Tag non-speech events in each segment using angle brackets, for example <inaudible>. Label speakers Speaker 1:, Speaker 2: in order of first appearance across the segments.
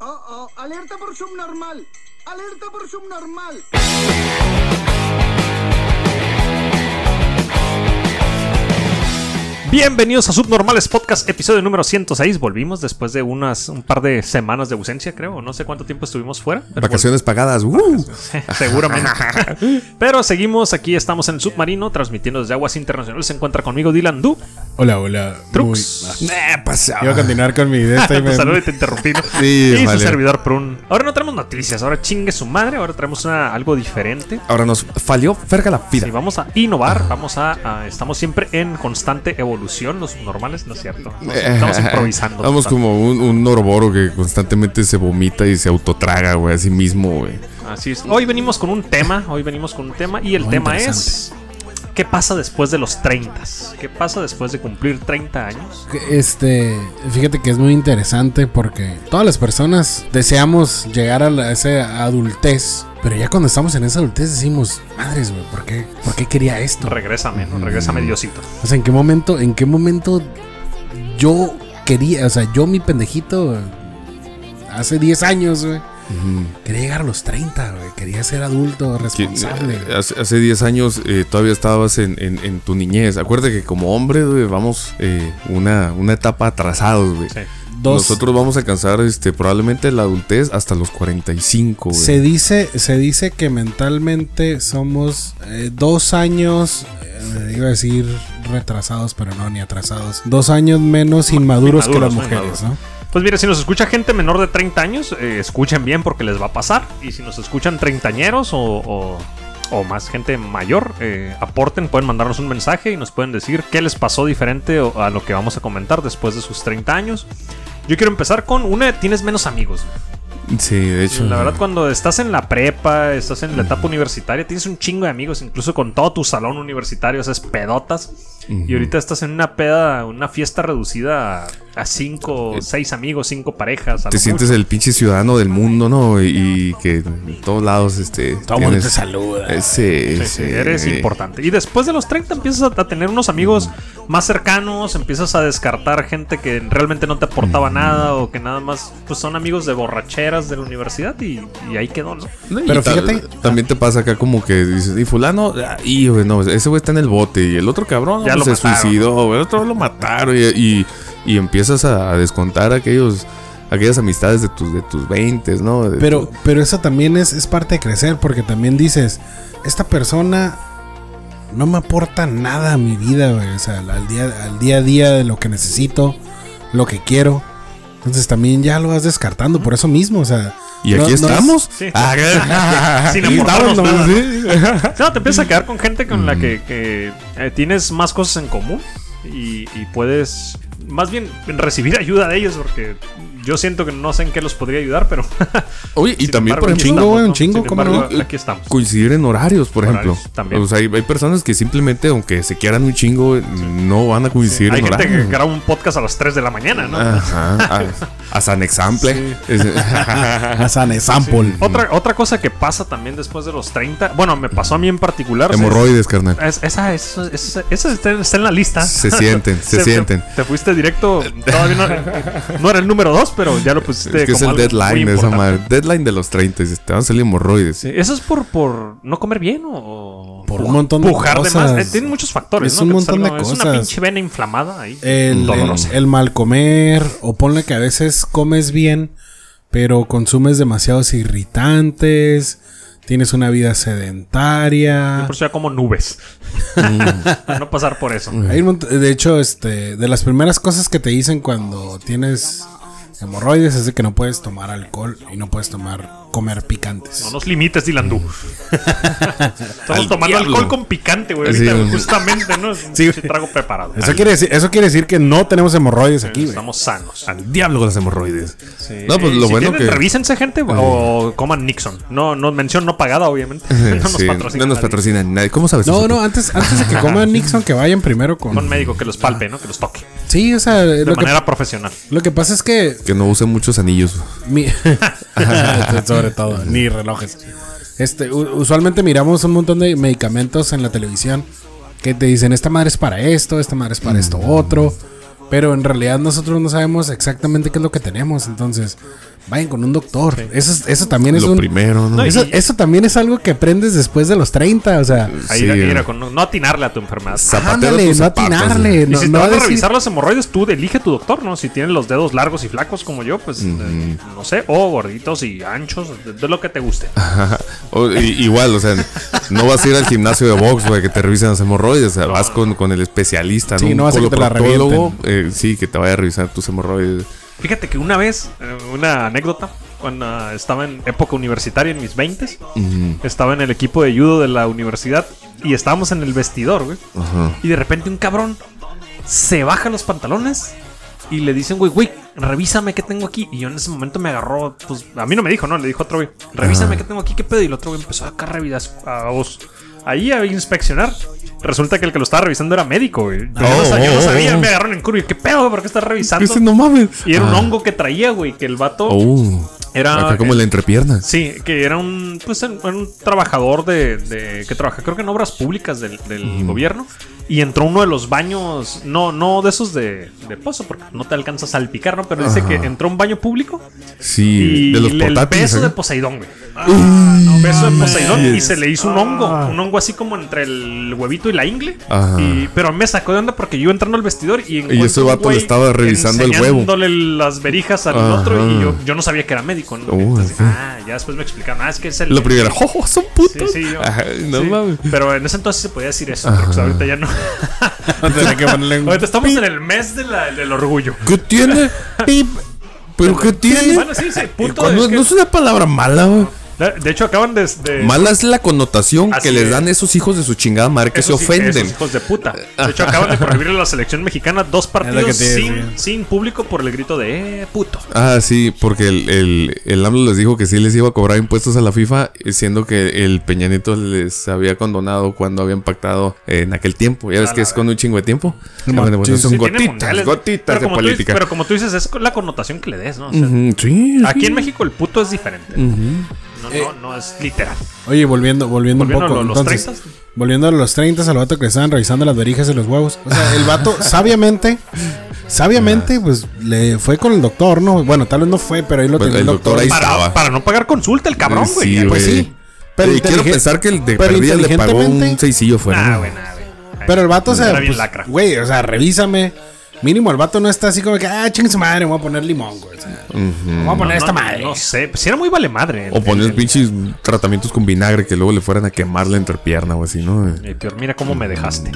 Speaker 1: Oh, Alerta por subnormal. Alerta por subnormal.
Speaker 2: Bienvenidos a Subnormales Podcast, episodio número 106. Volvimos después de unas un par de semanas de ausencia, creo. No sé cuánto tiempo estuvimos fuera. pero
Speaker 3: Vacaciones pagadas. ¡uh!
Speaker 2: volvimos. Seguramente.
Speaker 3: <laughs>
Speaker 2: pero seguimos aquí, estamos en el submarino, transmitiendo desde aguas internacionales. Se encuentra conmigo Dylan Du.
Speaker 4: Hola, hola.
Speaker 2: Trux.
Speaker 4: Muy-
Speaker 3: Eh, pasaba.
Speaker 4: Ah, Iba a continuar con
Speaker 2: <laughs>
Speaker 4: mi idea.
Speaker 2: Te saludo y te interrumpí. ¿no?
Speaker 3: <laughs> Sí,
Speaker 2: y su
Speaker 3: vale.
Speaker 2: servidor Prun. Ahora no traemos noticias, ahora chingue su madre, ahora traemos una- algo diferente.
Speaker 3: Ahora nos falló verga la vida.
Speaker 2: Sí, vamos a innovar, vamos a, a- estamos siempre en constante evolución, los subnormales, ¿no es cierto? Nos-
Speaker 3: Eh,
Speaker 2: estamos improvisando.
Speaker 3: <laughs> Vamos como un, un Oroboro que constantemente se vomita y se autotraga, güey, a sí mismo, güey.
Speaker 2: Así es. Hoy venimos con un tema, hoy venimos con un tema y el
Speaker 4: Muy
Speaker 2: tema es ¿Qué pasa después de los 30? ¿Qué pasa después de cumplir 30 años?
Speaker 4: Este, fíjate que es muy interesante porque todas las personas deseamos llegar a, la- a esa adultez, pero ya cuando estamos en esa adultez decimos, madres, güey, ¿por qué, ¿por qué quería esto?
Speaker 2: Regrésame, ¿no? regrésame Diosito.
Speaker 4: O sea, ¿en qué momento, en qué momento yo quería, o sea, yo mi pendejito hace 10 años, güey, quería llegar a los 30, güey, quería ser adulto,
Speaker 3: Que-
Speaker 4: responsable.
Speaker 3: eh, hace, hace 10 años eh, todavía estabas en, en- en tu niñez. Acuérdate que como hombre, güey, vamos eh, una, una etapa atrasados, güey.
Speaker 2: Sí.
Speaker 4: Dos-
Speaker 3: Nosotros vamos a alcanzar este, probablemente la adultez hasta los 45, güey.
Speaker 4: Se dice, se dice que mentalmente somos eh, dos años, eh, iba a decir retrasados, pero no, ni atrasados. Dos años menos inmaduros, que
Speaker 2: inmaduros,
Speaker 4: las
Speaker 2: ¿no?
Speaker 4: mujeres, ¿no?
Speaker 2: Pues mira, si nos escucha gente menor de 30 años, eh, escuchen bien porque les va a pasar. Y si nos escuchan treintañeros o, o- o más gente mayor, eh, aporten, pueden mandarnos un mensaje y nos pueden decir qué les pasó diferente o- a lo que vamos a comentar después de sus 30 años. Yo quiero empezar con una de tienes menos amigos.
Speaker 3: Sí, de hecho.
Speaker 2: La verdad, cuando estás en la prepa, estás en la etapa universitaria, tienes un chingo de amigos, incluso con todo tu salón universitario, esas pedotas. Y ahorita estás en una peda, una fiesta reducida a, a cinco, seis amigos, cinco parejas. a
Speaker 3: Eh, Te
Speaker 2: lo
Speaker 3: sientes
Speaker 2: mucho.
Speaker 3: el pinche ciudadano del mundo, ¿no? Y, y que en todos lados, este.
Speaker 4: Todo mundo te saluda.
Speaker 3: Eh, sí,
Speaker 2: Sí,
Speaker 3: sí,
Speaker 2: sí, eres
Speaker 3: güey.
Speaker 2: importante. Y después de los 30 empiezas a, a tener unos amigos más cercanos, empiezas a descartar gente que realmente no te aportaba nada o que nada más pues son amigos de borracheras de la universidad y, y ahí quedó, ¿no?
Speaker 4: Pero
Speaker 3: Y ta-
Speaker 4: fíjate-
Speaker 3: También te pasa acá como que dices, y fulano, ah, y güey, no, ese güey está en el bote, y el otro cabrón
Speaker 2: Ya
Speaker 3: pues,
Speaker 2: lo
Speaker 3: se
Speaker 2: mataron.
Speaker 3: suicidó, güey, el otro lo mataron, y, y- y empiezas a descontar aquellos, aquellas amistades de tus, de tus 20, ¿no? De
Speaker 4: Pero,
Speaker 3: tu-
Speaker 4: pero eso también es, es parte de crecer, porque también dices, esta persona no me aporta nada a mi vida, güey. O sea, al día, al día a día de lo que necesito, lo que quiero. Entonces también ya lo vas descartando por eso mismo, o sea.
Speaker 3: y
Speaker 4: no-
Speaker 3: aquí
Speaker 4: no es-
Speaker 3: estamos.
Speaker 2: Sí.
Speaker 3: Ah,
Speaker 2: <laughs> Sin
Speaker 3: aquí
Speaker 2: aportarnos
Speaker 3: estamos,
Speaker 2: nada.
Speaker 3: ¿no? Sí.
Speaker 2: No, te empiezas a quedar con gente con la
Speaker 3: Mm.
Speaker 2: que, que, eh, tienes más cosas en común y, y puedes más bien recibir ayuda de ellos porque yo siento que no sé en qué los podría ayudar, pero... <laughs>
Speaker 3: Oye, y
Speaker 2: sin
Speaker 3: también,
Speaker 2: embargo,
Speaker 3: por
Speaker 2: aquí
Speaker 3: ejemplo,
Speaker 4: chingo, güey, un
Speaker 2: ¿no?
Speaker 4: chingo,
Speaker 2: Sin
Speaker 4: ¿cómo
Speaker 2: embargo,
Speaker 3: no?
Speaker 2: Aquí estamos.
Speaker 3: coincidir en horarios, por
Speaker 2: Horarios,
Speaker 3: ejemplo.
Speaker 2: también.
Speaker 3: O sea, hay, hay personas que simplemente, aunque se quieran un chingo, no van a coincidir
Speaker 2: Hay
Speaker 3: en
Speaker 2: gente que
Speaker 3: horarios.
Speaker 2: graba un podcast a las 3 de la mañana, ¿no?
Speaker 3: Ah. Ajá, a, a San Example.
Speaker 2: <laughs>
Speaker 3: Es-
Speaker 4: A San Example.
Speaker 2: Otra, otra cosa que pasa también después de los 30, bueno, me pasó a mí en particular. es-
Speaker 3: Hemorroides, carnal.
Speaker 2: es- esa, esa- esa- esa está, en- está en la lista. <laughs>
Speaker 3: Se sienten, se
Speaker 2: Te- te-
Speaker 3: sienten.
Speaker 2: Te, fuiste directo, todavía no, no era el número 2, pero ya lo pusiste.
Speaker 3: Es que es
Speaker 2: este, como algo
Speaker 3: el
Speaker 2: muy
Speaker 3: deadline de esa
Speaker 2: importante.
Speaker 3: madre. Deadline de los 30. dices, Te van a salir hemorroides.
Speaker 2: Sí, Este, ¿Eso es por, por no comer bien o
Speaker 4: Por un montón de
Speaker 2: pujar de más?
Speaker 4: cosas.
Speaker 2: Eh, tienen muchos factores,
Speaker 4: Es
Speaker 2: ¿no?
Speaker 4: un
Speaker 2: Que te
Speaker 4: montón de
Speaker 2: salga- Es una
Speaker 4: cosas. Eh.
Speaker 2: pinche vena inflamada ahí.
Speaker 4: el, el,
Speaker 2: dolorosa.
Speaker 4: el mal comer, o ponle que a veces comes bien, pero consumes demasiados irritantes, tienes una vida sedentaria.
Speaker 2: Por eso ya como nubes.
Speaker 4: Mm.
Speaker 2: Para <laughs> no pasar por eso.
Speaker 4: Hay un mont- de hecho, este, de las primeras cosas que te dicen cuando tienes hemorroides es de que no puedes tomar alcohol y no puedes tomar comer
Speaker 2: No
Speaker 4: picantes.
Speaker 2: nos limites,
Speaker 4: <laughs>
Speaker 2: Dilandú. Estamos
Speaker 3: Al
Speaker 2: tomando
Speaker 3: diablo.
Speaker 2: alcohol con picante, güey.
Speaker 3: Sí,
Speaker 2: Ahorita,
Speaker 3: güey.
Speaker 2: justamente, ¿no? Es un
Speaker 4: Sí,
Speaker 2: pinche
Speaker 4: güey.
Speaker 2: trago preparado.
Speaker 4: Eso quiere decir, eso quiere decir que no tenemos hemorroides aquí, güey.
Speaker 2: Estamos sanos.
Speaker 3: Al diablo con las hemorroides. No,
Speaker 2: Eh,
Speaker 3: pues lo
Speaker 2: si
Speaker 3: bueno
Speaker 2: tienen,
Speaker 3: que. <laughs>
Speaker 2: Revísense, gente, o coman Nixon. No, no, mención no pagada, obviamente. No nos
Speaker 3: Sí,
Speaker 2: patrocina
Speaker 3: no nos
Speaker 2: nadie.
Speaker 3: patrocinan nadie. ¿Cómo sabes
Speaker 4: No,
Speaker 3: eso?
Speaker 4: no, antes,
Speaker 2: <laughs>
Speaker 4: antes de que coman Nixon, que vayan primero con.
Speaker 2: Con médico que los palpe, ¿no? Que los toque.
Speaker 4: Sí, o sea,
Speaker 2: De
Speaker 4: lo que,
Speaker 2: manera profesional.
Speaker 4: lo que pasa es que
Speaker 3: Que no usen muchos anillos.
Speaker 4: Mi- <laughs> Sobre todo, ni relojes. Este, u- usualmente miramos un montón de medicamentos en la televisión que te dicen esta madre es para esto, esta madre es para
Speaker 2: Mm.
Speaker 4: esto otro, pero en realidad nosotros no sabemos exactamente qué es lo que tenemos, entonces Vayan con un doctor. Eso, es- eso también es
Speaker 3: Lo
Speaker 4: un-
Speaker 3: primero, ¿no?
Speaker 2: No, y-
Speaker 4: Eso, eso también es algo que aprendes después de los 30, o sea.
Speaker 2: Ahí
Speaker 3: Sí,
Speaker 2: ahí
Speaker 3: güey.
Speaker 2: era con- no, no atinarle a tu enfermedad.
Speaker 3: Zapatero
Speaker 4: ándale,
Speaker 3: tus
Speaker 4: no
Speaker 3: zapatos,
Speaker 4: atinarle.
Speaker 3: güey.
Speaker 2: y
Speaker 4: No,
Speaker 2: si te
Speaker 4: no
Speaker 2: van a
Speaker 4: decir-
Speaker 2: revisar los hemorroides, tú elige tu doctor, ¿no? Si tienen los dedos largos y flacos como yo, pues eh, no sé, o gorditos y anchos, de, de lo que te guste.
Speaker 3: Ajá. O- i- igual, o sea, no vas a ir al gimnasio de box para que te revisen las hemorroides. O sea, vas con, con el especialista,
Speaker 4: Sí,
Speaker 3: Un
Speaker 4: no vas a que te la
Speaker 3: coloproctólogo, eh, sí, que te vaya a revisar tus hemorroides.
Speaker 2: Fíjate que una vez, eh, una anécdota, cuando ah, estaba en época universitaria, en mis 20
Speaker 3: Ujú,
Speaker 2: estaba en el equipo de judo de la universidad y estábamos en el vestidor, güey.
Speaker 3: ajá.
Speaker 2: Y de repente un cabrón se baja los pantalones y le dicen, güey, güey, revísame qué tengo aquí. Y yo en ese momento me agarró, pues a mí no me dijo, no, le dijo a otro güey, revísame qué tengo aquí, qué pedo. Y el otro güey empezó acá a revisar a vos. Ahí a inspeccionar. Resulta que el que lo estaba revisando era médico, güey. Yo, no,
Speaker 3: Oh,
Speaker 2: sabía, yo no
Speaker 3: oh,
Speaker 2: sabía,
Speaker 3: oh.
Speaker 2: me agarraron en curva. y, ¿Qué pedo, güey? ¿Por qué estás revisando?
Speaker 3: Ese no mames.
Speaker 2: Y era un
Speaker 3: Ah.
Speaker 2: hongo que traía, güey, que el vato.
Speaker 3: Oh.
Speaker 2: Era-
Speaker 3: Acá como en la entrepierna.
Speaker 2: Sí, que era un, pues, era un trabajador de, de- que trabaja, creo que en obras públicas del, del gobierno. Y entró uno de los baños, no, no de esos de, de pozo, porque no te alcanza a salpicar, ¿no? Pero dice
Speaker 3: Ajá.
Speaker 2: que entró a un baño público
Speaker 3: Sí,
Speaker 2: y
Speaker 3: de los
Speaker 2: le- el
Speaker 3: portátiles.
Speaker 2: beso
Speaker 3: ¿eh?
Speaker 2: de Poseidón, güey. beso
Speaker 3: Ah,
Speaker 2: de Poseidón y se le hizo un hongo, un hongo así como entre el huevito y la ingle.
Speaker 3: Ajá.
Speaker 2: Y, pero me sacó de onda porque yo iba entrando al vestidor y encuentro
Speaker 3: ese
Speaker 2: un
Speaker 3: vato le
Speaker 2: güey
Speaker 3: estaba revisando el huevo.
Speaker 2: enseñándole las verijas al
Speaker 3: Ajá.
Speaker 2: otro y yo, yo no sabía que era médico. ¿no?
Speaker 3: Uh,
Speaker 2: Entonces,
Speaker 3: sí.
Speaker 2: ah, ya después me explicaron, ah, es que es el...
Speaker 3: Lo primero, ¡oh, son
Speaker 2: Sí,
Speaker 3: putos!
Speaker 2: sí, yo-
Speaker 3: Ay, no
Speaker 2: sí.
Speaker 3: mames.
Speaker 2: Pero en ese entonces se podía decir eso, pero pues ahorita
Speaker 3: <laughs>
Speaker 2: ya no.
Speaker 4: Tenía que ponerle
Speaker 2: <laughs>
Speaker 4: un-
Speaker 2: ahorita estamos en el mes de la- del orgullo. <laughs>
Speaker 3: ¿Qué tiene? Pip. ¿Pero qué tiene?
Speaker 2: Bueno, sí, sí, punto
Speaker 3: Cuando-
Speaker 2: es que-
Speaker 3: No es una palabra mala, güey.
Speaker 2: De hecho, acaban de... de-
Speaker 3: Mala es la connotación
Speaker 2: Así
Speaker 3: que les
Speaker 2: es.
Speaker 3: dan esos hijos de su chingada madre que
Speaker 2: Eso
Speaker 3: se
Speaker 2: sí,
Speaker 3: ofenden.
Speaker 2: esos hijos de puta. De
Speaker 3: <laughs>
Speaker 2: hecho, acaban de prohibir a la selección mexicana dos
Speaker 4: que
Speaker 2: partidos
Speaker 4: te decía.
Speaker 2: sin, sin público por el grito de eh, puto.
Speaker 3: Ah, sí, porque el, el, el AMLO les dijo que sí les iba a cobrar impuestos a la FIFA, eh, siendo que el Peñanito les había condonado cuando habían pactado eh, en aquel tiempo. Ya ves que es con un chingo de tiempo.
Speaker 4: No
Speaker 3: Ah, bueno,
Speaker 4: manches.
Speaker 3: bueno, son
Speaker 4: Sí,
Speaker 2: tiene
Speaker 3: gotitas,
Speaker 2: mundiales,
Speaker 3: gotitas
Speaker 2: pero
Speaker 3: de
Speaker 2: como tú dices-
Speaker 3: política.
Speaker 2: pero como tú dices, es la connotación que le des, ¿no? O sea,
Speaker 3: Ujú, sí,
Speaker 2: Aquí
Speaker 3: sí.
Speaker 2: en México el puto es diferente. No,
Speaker 3: Eh,
Speaker 2: no, no es literal.
Speaker 4: Oye, volviendo, volviendo,
Speaker 2: Volviendo
Speaker 4: un poco.
Speaker 2: a los
Speaker 4: entonces,
Speaker 2: 30s.
Speaker 4: volviendo a los 30 al vato que le estaban revisando las verijas y los huevos. O sea,
Speaker 3: <laughs>
Speaker 4: el vato, sabiamente, sabiamente, pues le fue con el doctor, ¿no? Bueno, tal vez no fue, pero ahí lo
Speaker 3: Bueno,
Speaker 4: tenía el
Speaker 3: Pues, el
Speaker 4: doctor.
Speaker 3: doctor ahí-
Speaker 2: Para,
Speaker 3: estaba.
Speaker 2: para no pagar consulta, el cabrón, güey.
Speaker 3: Sí,
Speaker 4: pues
Speaker 3: güey.
Speaker 4: sí. Pero
Speaker 3: Eh, quiero
Speaker 4: inteligen-
Speaker 3: pensar que el de
Speaker 4: pero
Speaker 3: perdida le pagó un
Speaker 4: inteligentemente-
Speaker 3: seisillo
Speaker 2: Nah,
Speaker 3: fuera.
Speaker 2: güey, nah, güey. Ay,
Speaker 4: Pero el vato, o sea,
Speaker 2: Era bien
Speaker 4: pues,
Speaker 2: lacra.
Speaker 4: güey, o sea, revísame. Mínimo, el vato no está así como que, ah, chingue su madre, me voy a poner limón, güey. o sea, me voy a poner
Speaker 2: no,
Speaker 4: esta madre.
Speaker 2: No sé, pues, si era muy vale madre. eh,
Speaker 3: o
Speaker 2: El- el-
Speaker 3: poner pinches tratamientos con vinagre que luego le fueran a quemar la entrepierna o así, ¿no?
Speaker 2: Eh, peor, mira cómo me dejaste.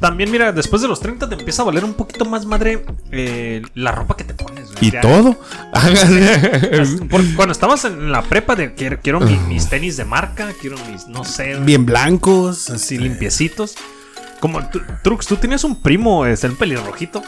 Speaker 2: También, mira, después de los 30 te empieza a valer un poquito más madre eh, la ropa que te pones. güey.
Speaker 3: Y
Speaker 2: Ya-
Speaker 3: todo. <laughs>
Speaker 2: Porque cuando estabas en la prepa de quiero, quiero mi- mis tenis de marca, quiero mis, no sé,
Speaker 4: Bien blancos,
Speaker 2: así
Speaker 4: así
Speaker 2: limpiecitos. Como tú- Trux, tú tenías un primo, es el pelirrojito.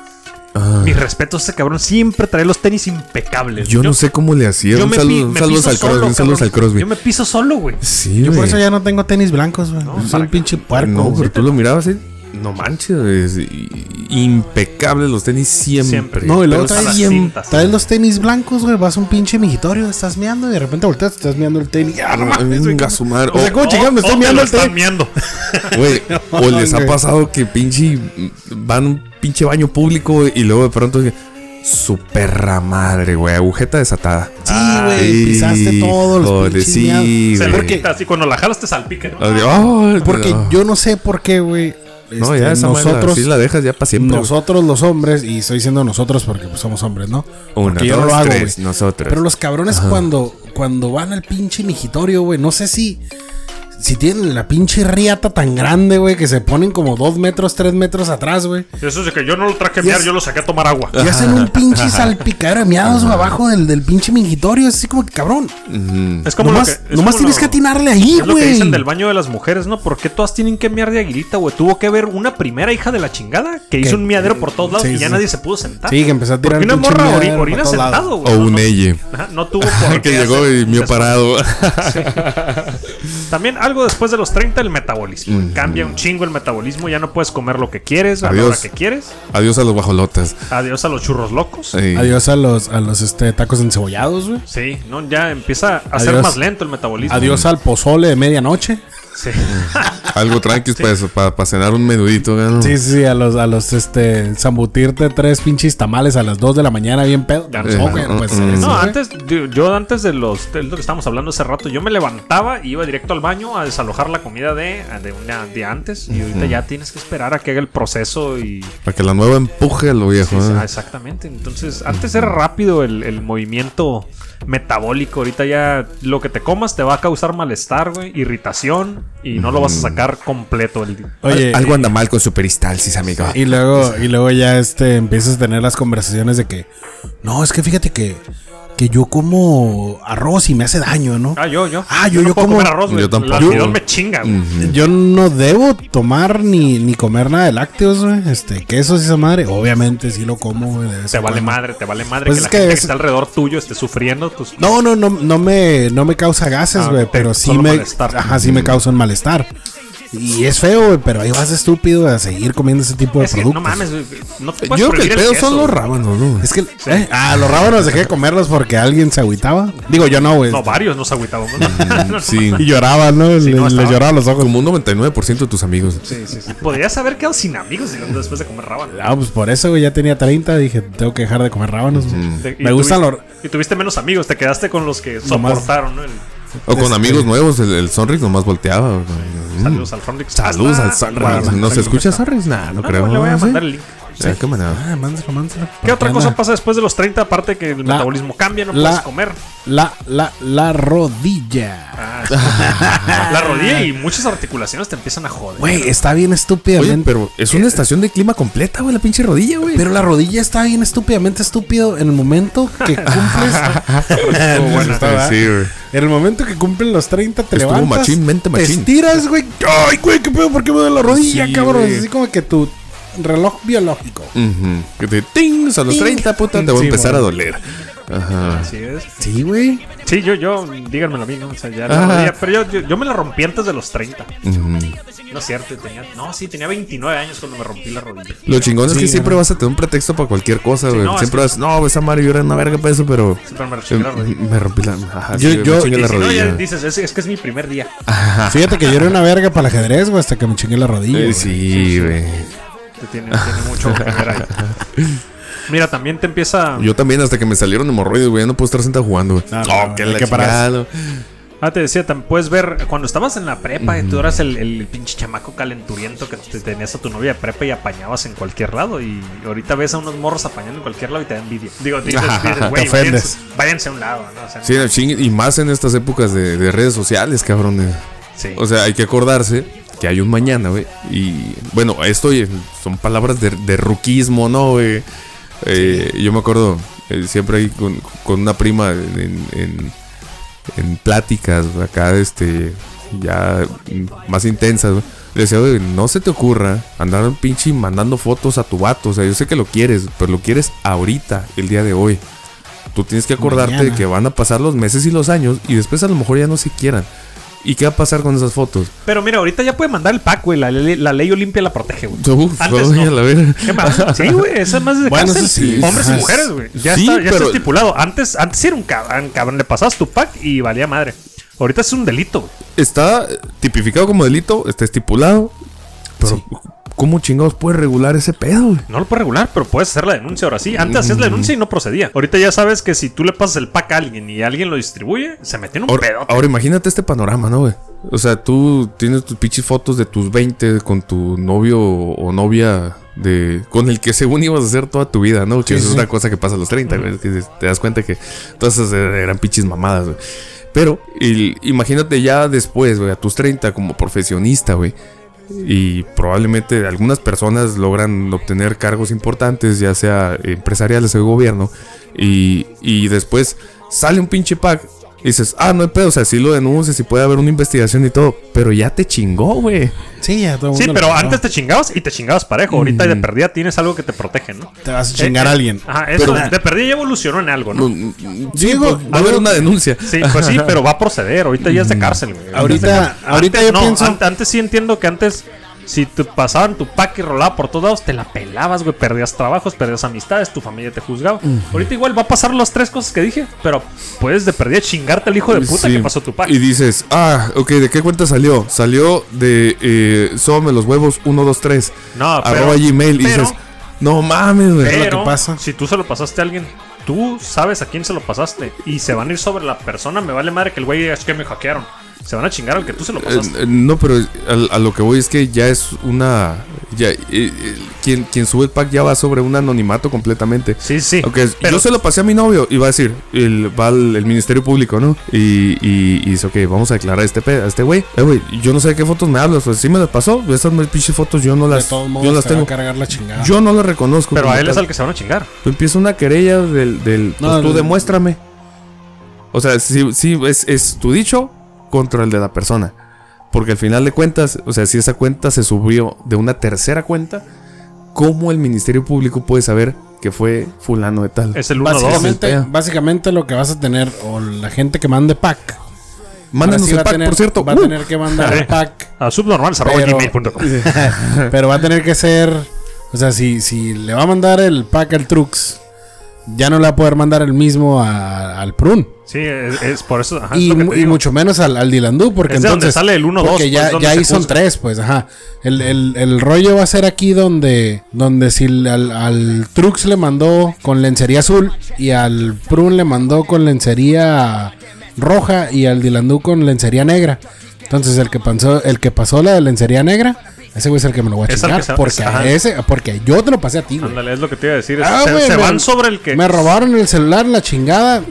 Speaker 3: Ah.
Speaker 2: Mis respetos, ese cabrón siempre trae los tenis impecables.
Speaker 3: Yo no sé cómo le hacía.
Speaker 2: yo
Speaker 3: Un
Speaker 2: me
Speaker 3: saludo-
Speaker 2: pi-
Speaker 3: un
Speaker 2: me
Speaker 3: saludo
Speaker 2: piso
Speaker 3: al Crosby.
Speaker 2: solo,
Speaker 3: Un saludo
Speaker 2: cabrón.
Speaker 3: al Crosby.
Speaker 2: Yo me piso solo, güey.
Speaker 3: Sí,
Speaker 4: Yo por
Speaker 3: güey.
Speaker 4: eso ya no tengo tenis blancos, güey.
Speaker 2: No,
Speaker 4: Soy
Speaker 2: para
Speaker 4: un pinche puerco.
Speaker 3: No,
Speaker 4: güey.
Speaker 3: pero tú lo mirabas y no manches. es i- impecables los tenis siempre.
Speaker 2: Siempre.
Speaker 4: No, y
Speaker 3: Pero
Speaker 4: luego
Speaker 2: hasta las
Speaker 4: traes,
Speaker 3: siempre.
Speaker 2: cintas.
Speaker 4: traes los tenis blancos, güey. Vas a un pinche migitorio, estás meando y de repente volteas, estás meando el tenis. ¡Ah, no mames, güey!
Speaker 3: Venga, su madre.
Speaker 4: O sea,
Speaker 3: O-
Speaker 4: ¿cómo chingados me estoy
Speaker 2: te
Speaker 4: meando
Speaker 2: lo
Speaker 4: el tenis?
Speaker 2: están meando.
Speaker 3: Güey,
Speaker 4: <laughs>
Speaker 3: o les ha
Speaker 4: Hombre.
Speaker 3: pasado que pinche van a un pinche baño público y luego de pronto su perra madre, güey, agujeta desatada.
Speaker 4: Sí, güey, pisaste todos los
Speaker 3: Híjole,
Speaker 4: pinches
Speaker 3: sí,
Speaker 4: meados.
Speaker 2: <laughs> Se
Speaker 3: güey. Ah.
Speaker 4: ¿Por qué?
Speaker 2: porque así cuando la jalas te salpica, ¿no?
Speaker 3: Así, ay,
Speaker 4: Porque
Speaker 3: no.
Speaker 4: yo no sé por qué, güey.
Speaker 3: no,
Speaker 4: este,
Speaker 3: ya esa madre,
Speaker 4: nosotros,
Speaker 3: sí la dejas ya para siempre. güey.
Speaker 4: nosotros los hombres, y estoy diciendo nosotros porque pues, somos hombres, ¿no?
Speaker 3: Una,
Speaker 4: porque yo no
Speaker 3: dos,
Speaker 4: lo hago,
Speaker 3: tres,
Speaker 4: güey.
Speaker 3: nosotros.
Speaker 4: Pero los cabrones cuando, cuando van al pinche migitorio, güey, no sé si. Si tienen la pinche riata tan grande, güey, que se ponen como dos metros, tres metros atrás, güey.
Speaker 2: Eso es de que yo no lo traje a mear, yo lo saqué a tomar agua.
Speaker 3: Ah.
Speaker 4: Y hacen un pinche salpicadero de miados güey, abajo del, del pinche mingitorio. Es así como que cabrón.
Speaker 2: Es como
Speaker 4: nomás
Speaker 2: lo que, es
Speaker 4: nomás
Speaker 2: como
Speaker 4: tienes
Speaker 2: lo-
Speaker 4: que atinarle ahí,
Speaker 2: Es lo que
Speaker 4: güey.
Speaker 2: dicen del baño de las mujeres, ¿no? ¿Por qué todas tienen que mear de aguilita, güey? Tuvo que ver una primera hija de la chingada que hizo un miadero por todos lados
Speaker 4: Sí,
Speaker 2: y ya
Speaker 4: sí.
Speaker 2: nadie se pudo sentar.
Speaker 4: Sí, que empezó a tirar
Speaker 2: Porque una
Speaker 4: el pinche
Speaker 2: morra ori-
Speaker 4: miadero
Speaker 2: orina
Speaker 4: por todos
Speaker 2: sentado,
Speaker 4: lados.
Speaker 2: güey.
Speaker 3: O
Speaker 2: No,
Speaker 3: un
Speaker 2: no- <laughs>
Speaker 3: elle.
Speaker 4: <laughs>
Speaker 2: Ajá, No tuvo por
Speaker 3: <laughs> que
Speaker 2: qué
Speaker 3: llegó
Speaker 2: hacer-
Speaker 3: y mío parado. <laughs>
Speaker 2: También algo después de los 30, el metabolismo.
Speaker 4: Mm.
Speaker 2: Cambia un chingo el metabolismo, ya no puedes comer lo que quieres, a la
Speaker 3: Adiós.
Speaker 2: hora que quieres.
Speaker 3: Adiós a los guajolotas.
Speaker 2: Adiós a los churros locos. Sí,
Speaker 3: Sí.
Speaker 4: Adiós a los, a los este, tacos encebollados, güey.
Speaker 2: no, ya empieza a ser
Speaker 4: Adiós.
Speaker 2: más lento el metabolismo.
Speaker 4: <laughs> Adiós al pozole de medianoche.
Speaker 2: Sí.
Speaker 3: algo tranqui para, eso, para, para cenar un menudito. ¿no?
Speaker 4: Sí, sí, sí, a los, a los, este, zambutirte tres pinches tamales a las 2 de la mañana, bien pedo.
Speaker 2: Ya,
Speaker 4: No,
Speaker 2: no,
Speaker 4: güey,
Speaker 3: no,
Speaker 4: pues,
Speaker 3: no,
Speaker 4: eso,
Speaker 2: No,
Speaker 4: güey.
Speaker 2: antes, yo, yo antes de los de lo que estábamos hablando hace rato, yo me levantaba y iba directo al baño a desalojar la comida de, de una de antes. Y ahorita ya tienes que esperar a que haga el proceso y.
Speaker 3: Para que la nueva empuje a lo
Speaker 2: Sí,
Speaker 3: viejo.
Speaker 2: sí,
Speaker 3: ¿eh?
Speaker 2: ah, exactamente. Entonces, antes era rápido el, el movimiento metabólico. Ahorita ya lo que te comas te va a causar malestar, güey, irritación y no lo vas a sacar completo el día.
Speaker 4: Oye,
Speaker 5: Al- algo anda mal con su peristalsis, amigo.
Speaker 4: Y luego, y luego ya este empiezas a tener las conversaciones de que no, es que fíjate que, que yo como arroz y me hace daño, ¿no?
Speaker 2: Ah, yo, yo.
Speaker 4: Ah, yo-
Speaker 2: no
Speaker 4: yo
Speaker 2: puedo
Speaker 4: como-
Speaker 2: comer arroz, güey.
Speaker 3: yo tampoco.
Speaker 2: El almidón me chinga, güey.
Speaker 4: Yo no debo tomar ni, ni comer nada de lácteos, güey. Este, quesos y esa madre. Obviamente sí lo como, güey. de vez
Speaker 2: Te
Speaker 4: en
Speaker 2: vale
Speaker 4: cuando.
Speaker 2: madre, te vale madre
Speaker 4: Pues
Speaker 2: que
Speaker 4: es
Speaker 2: la
Speaker 4: que
Speaker 2: gente que
Speaker 4: es-
Speaker 2: está alrededor tuyo esté sufriendo pues, tus
Speaker 4: No, no, no, no me, no me causa gases,
Speaker 2: Ah,
Speaker 4: güey,
Speaker 2: te-
Speaker 4: pero sí
Speaker 2: solo
Speaker 4: me,
Speaker 2: malestar.
Speaker 4: ajá, sí me causa un malestar. Y es feo, güey, pero ahí vas estúpido a seguir comiendo ese tipo de
Speaker 2: Es que
Speaker 4: productos.
Speaker 2: no mames, güey, no te puedes
Speaker 3: Yo creo que el
Speaker 2: prohibir
Speaker 3: pedo son los
Speaker 2: queso,
Speaker 3: rábanos, ¿no?
Speaker 4: Es que, eh, ah, los rábanos dejé de comerlos porque alguien se agüitaba. Digo, yo no, güey.
Speaker 2: No, varios nos agüitábamos. ¿no?
Speaker 3: <laughs>
Speaker 2: No,
Speaker 3: Sí.
Speaker 4: Y lloraba, ¿no? le,
Speaker 2: no,
Speaker 4: le
Speaker 2: estaba-
Speaker 4: lloraba los ojos.
Speaker 3: Como un 99% de tus amigos.
Speaker 2: no. Podrías haber quedado sin amigos si no, después de comer rábano.
Speaker 4: Ah, pues por eso, güey, ya tenía 30. Dije, tengo que dejar de comer rábanos.
Speaker 2: Te- y
Speaker 4: Me gustan los.
Speaker 2: tuviste- Y tuviste menos amigos, te quedaste con los que
Speaker 4: Nomás-
Speaker 2: soportaron, ¿no? El-
Speaker 3: O
Speaker 2: Este,
Speaker 3: con amigos nuevos, el, el Sonrix nomás volteaba. güey.
Speaker 2: Saludos al Frontex.
Speaker 3: Saludos
Speaker 2: Hasta
Speaker 3: al Sonrix.
Speaker 2: Guadalajara.
Speaker 3: ¿No se escucha
Speaker 4: Pues
Speaker 3: Sonrix? Nah, no
Speaker 2: Ah, No,
Speaker 3: creo.
Speaker 2: pues le voy a
Speaker 3: ¿Sí?
Speaker 2: mandar el link.
Speaker 3: Ah, qué manada.
Speaker 4: Ah, mándaselo, mándaselo.
Speaker 2: ¿Qué otra
Speaker 4: Porque
Speaker 2: cosa
Speaker 4: anda-
Speaker 2: pasa después de los 30? Aparte que el
Speaker 4: La-
Speaker 2: metabolismo cambia, no
Speaker 4: la-
Speaker 2: puedes comer.
Speaker 4: La, la, la rodilla.
Speaker 2: Ah, la rodilla y muchas articulaciones te empiezan a joder.
Speaker 4: Güey, está bien
Speaker 3: Oye,
Speaker 4: estúpidamente.
Speaker 3: pero es una estación de clima completa, güey, la pinche rodilla, güey.
Speaker 4: Pero la rodilla está bien estúpidamente estúpido en el momento
Speaker 2: <laughs>
Speaker 4: que cumples. Está, ¿verdad?
Speaker 3: Sí, güey.
Speaker 4: En el momento que cumplen los 30 te
Speaker 3: Estuvo
Speaker 4: levantas.
Speaker 3: machín, mente
Speaker 4: Te
Speaker 3: machín.
Speaker 4: estiras, güey. Ay, güey, qué pedo, ¿por qué me duele la rodilla,
Speaker 3: Sí,
Speaker 4: cabrón?
Speaker 3: güey.
Speaker 4: Así como que tu reloj biológico.
Speaker 3: Ujú. Que te tings a los
Speaker 4: Ting.
Speaker 3: 30, puta, te va a
Speaker 4: Sí,
Speaker 3: empezar
Speaker 4: güey.
Speaker 3: a doler. Ajá.
Speaker 2: Así es.
Speaker 4: Sí, güey.
Speaker 2: Sí, yo, yo, díganmelo a mí, ¿no? O sea, ya la
Speaker 3: Ajá.
Speaker 2: rodilla- pero yo, yo- yo me la rompí antes de los 30.
Speaker 3: Ah. Ujú.
Speaker 2: No es cierto, tenía, no, sí, tenía 29 años cuando me rompí la rodilla.
Speaker 3: Lo chingón es
Speaker 4: Sí,
Speaker 3: que
Speaker 4: ajá.
Speaker 3: siempre vas a tener un pretexto para cualquier cosa, güey.
Speaker 2: no,
Speaker 3: siempre
Speaker 2: es
Speaker 3: vas, no, esa Mario, yo era una verga para eso, pero.
Speaker 2: Sí, pero me
Speaker 3: eh,
Speaker 2: chingué la rodilla.
Speaker 3: Me rompí la. Ajá,
Speaker 4: Yo-
Speaker 3: sí, me
Speaker 4: yo-
Speaker 3: chingué
Speaker 2: Y
Speaker 3: la
Speaker 2: si no, ya
Speaker 3: rodilla.
Speaker 2: dices, es, es que es mi primer día.
Speaker 4: Fíjate que yo era una verga para el ajedrez, güey, hasta que me chingué la rodilla.
Speaker 3: Eh,
Speaker 4: güey.
Speaker 3: Sí, güey.
Speaker 2: Te Tiene, tiene mucho que ver ahí.
Speaker 3: <laughs>
Speaker 2: Mira, también te empieza.
Speaker 3: Yo también, hasta que me salieron hemorroides, güey. Ya no puedo estar sentado jugando, güey.
Speaker 4: No,
Speaker 3: Oh,
Speaker 4: no,
Speaker 3: qué
Speaker 4: no,
Speaker 3: la
Speaker 4: ¿qué paras?
Speaker 3: chingada.
Speaker 2: Ah, te decía, también puedes ver. Cuando estabas en la prepa, tú eras el, el pinche chamaco calenturiento que te tenías a tu novia de prepa y apañabas en cualquier lado. Y ahorita ves a unos morros apañando en cualquier lado y te da envidia. Digo, dices, dices, güey, váyanse,
Speaker 4: ofendes.
Speaker 2: váyanse a un lado, ¿no? O sea,
Speaker 3: Sí, no, chingue- y más en estas épocas de, de redes sociales, cabrón. eh.
Speaker 2: sí.
Speaker 3: O sea, hay que acordarse que hay un mañana, güey. Y bueno, esto oye, son palabras de, de ruquismo, ¿no, güey? Eh, Yo me acuerdo eh, siempre ahí con, con una prima en, en- en pláticas güey, acá, este, ya mm, más intensas, güey. Le decía, güey, no se te ocurra andar pinche mandando fotos a tu vato. O sea, yo sé que lo quieres, pero lo quieres ahorita, el día de hoy. Tú tienes que acordarte
Speaker 4: Mañana.
Speaker 3: de que van a pasar los meses y los años y después a lo mejor ya no se quieran. ¿Y qué va a pasar con esas fotos?
Speaker 2: Pero mira, ahorita ya puede mandar el pack, güey. La, ley- la ley Olimpia la protege, güey.
Speaker 3: Uf,
Speaker 2: Antes
Speaker 3: ay,
Speaker 2: no.
Speaker 3: a la verga.
Speaker 2: ¿Qué más? Sí, güey, eso es más de
Speaker 4: Bueno,
Speaker 2: cárcel.
Speaker 4: eso sí.
Speaker 2: Hombres y
Speaker 4: Ajá.
Speaker 2: mujeres, güey. Ya,
Speaker 3: Sí,
Speaker 2: está, ya está
Speaker 3: pero-
Speaker 2: estipulado. Antes, antes era un cabrón, cabrón, le pasabas tu pack y valía madre. Ahorita es un delito, güey.
Speaker 3: Está tipificado como delito, está estipulado. Pero, ¿cómo chingados puedes regular ese pedo, güey?
Speaker 2: No lo puedes regular, pero puedes hacer la denuncia ahora sí. Antes hacías la denuncia y no procedía. Ahorita ya sabes que si tú le pasas el pack a alguien y alguien lo distribuye, se mete en un
Speaker 3: Ahora,
Speaker 2: pedo.
Speaker 3: ahora imagínate este panorama, ¿no, güey? O sea, tú tienes tus pinches fotos de tus 20 con tu novio o novia de con el que según ibas a hacer toda tu vida, ¿no? Que
Speaker 4: Sí,
Speaker 3: eso es
Speaker 4: sí.
Speaker 3: una cosa que pasa a los 30, güey. que te das cuenta que todas esas eran pinches mamadas, güey. Pero el- imagínate ya después, güey, a tus 30 como profesionista, güey. Y probablemente algunas personas logran obtener cargos importantes, ya sea empresariales o de gobierno. Y, y después sale un pinche pack. Y dices, ah, no hay pedo, o sea, sí lo denuncias y puede haber una investigación y todo. Pero ya te chingó, güey.
Speaker 4: Sí, ya todo el
Speaker 2: Sí,
Speaker 4: mundo
Speaker 2: pero
Speaker 4: lo-
Speaker 2: antes te chingabas y te chingabas parejo. Ahorita de perdida tienes algo que te protege, ¿no?
Speaker 4: te vas a chingar
Speaker 2: Eh,
Speaker 4: a
Speaker 2: eh,
Speaker 4: alguien.
Speaker 2: Ajá, eso.
Speaker 3: Pero-
Speaker 2: de perdida ya evolucionó en algo, ¿no?
Speaker 3: Digo, pues, va a haber una denuncia.
Speaker 2: Sí, pues sí, pero va a proceder. Ahorita ya es de cárcel, güey.
Speaker 4: Ahorita-
Speaker 2: Ya es de cárcel.
Speaker 4: ahorita
Speaker 2: Antes
Speaker 4: yo
Speaker 2: no,
Speaker 4: pienso-
Speaker 2: an- Antes sí entiendo que antes Si te pasaban tu pack y rolaba por todos lados, te la pelabas, güey. Perdías trabajos, perdías amistades, tu familia te juzgaba. Ahorita igual va a pasar las tres cosas que dije, pero puedes de perdida chingarte al hijo de puta
Speaker 3: Sí.
Speaker 2: que pasó tu pack.
Speaker 3: Y dices, ah, ok, ¿de qué cuenta salió? Salió de eh, Sóbame los huevos 123.
Speaker 2: No, pero-
Speaker 3: arroba Gmail. y
Speaker 2: pero-
Speaker 3: dices, no mames, güey.
Speaker 2: Pero
Speaker 4: que pasa.
Speaker 2: si tú se lo pasaste a alguien, tú sabes a quién se lo pasaste y se van a ir sobre la persona. Me vale madre que el güey diga, es que me hackearon. Se van a chingar al que tú se lo
Speaker 3: Eh,
Speaker 2: pasaste.
Speaker 3: eh, no, pero a, a lo que voy es que ya es una. Ya, eh, eh, quien, quien sube el pack ya va sobre un anonimato completamente.
Speaker 2: Sí, sí.
Speaker 3: Aunque es-
Speaker 2: pero-
Speaker 3: yo se lo pasé a mi novio y va a decir, el, va al el Ministerio Público, ¿no? Y, y, y dice, ok, vamos a declarar a este, pe- a este güey. Eh, güey, yo no sé de qué fotos me hablas, pues sí me las pasó. Esas pinches fotos yo no
Speaker 4: De
Speaker 3: las,
Speaker 4: todos
Speaker 3: yo
Speaker 4: modos,
Speaker 3: las
Speaker 4: te va
Speaker 3: tengo.
Speaker 4: a cargar la chingada.
Speaker 3: Yo no las reconozco.
Speaker 2: Pero
Speaker 3: como
Speaker 2: a él es
Speaker 3: tal.
Speaker 2: al que se van a chingar.
Speaker 3: Tú empiezas una querella del. del
Speaker 4: No,
Speaker 3: pues tú
Speaker 4: no, no.
Speaker 3: demuéstrame. O sea, sí, sí es, es tu dicho contra el de la persona. Porque al final de cuentas, o sea, si esa cuenta se subió de una tercera cuenta, ¿cómo el Ministerio Público puede saber que fue fulano de tal?
Speaker 2: Es el 1-2.
Speaker 3: el
Speaker 4: básicamente,
Speaker 3: pedo.
Speaker 4: básicamente lo que vas a tener, o la gente que mande pack.
Speaker 3: Mándanos
Speaker 4: ahora sí
Speaker 3: el
Speaker 4: va a
Speaker 3: pack,
Speaker 4: tener-
Speaker 3: por cierto.
Speaker 4: Va a
Speaker 3: Uh,
Speaker 4: tener que mandar el pack.
Speaker 2: A subnormal,
Speaker 4: Pero- <laughs> Pero va a tener que ser. O sea, si, si le va a mandar el pack al Trux, ya no le va a poder mandar el mismo a- al Prun.
Speaker 2: Sí, es, es por eso. ajá, es
Speaker 4: Y,
Speaker 2: lo que
Speaker 4: mu-
Speaker 2: te
Speaker 4: y
Speaker 2: digo.
Speaker 4: mucho menos al, al Dilandú, porque
Speaker 2: Es de donde
Speaker 4: entonces.
Speaker 2: sale el 1-2,
Speaker 4: Porque
Speaker 2: pues,
Speaker 4: ya,
Speaker 2: donde
Speaker 4: ya
Speaker 2: se
Speaker 4: ahí son
Speaker 2: juzga.
Speaker 4: tres, pues, ajá. El, el- el rollo va a ser aquí donde, donde si le- al, al Trux le mandó con lencería azul y al Prun le mandó con lencería roja y al Dilandú con lencería negra. Entonces, el que pasó, el que pasó la de lencería negra, ese güey es el que me lo voy a
Speaker 2: Es al
Speaker 4: chingar.
Speaker 2: que se-
Speaker 4: porque, a
Speaker 2: ajá.
Speaker 4: ese, porque yo te lo pasé a ti, güey.
Speaker 2: Ándale, es lo que te iba a decir. es-
Speaker 4: Ah,
Speaker 2: se,
Speaker 4: güey,
Speaker 2: se
Speaker 4: me-
Speaker 2: van sobre el que.
Speaker 4: Me robaron el celular, la chingada.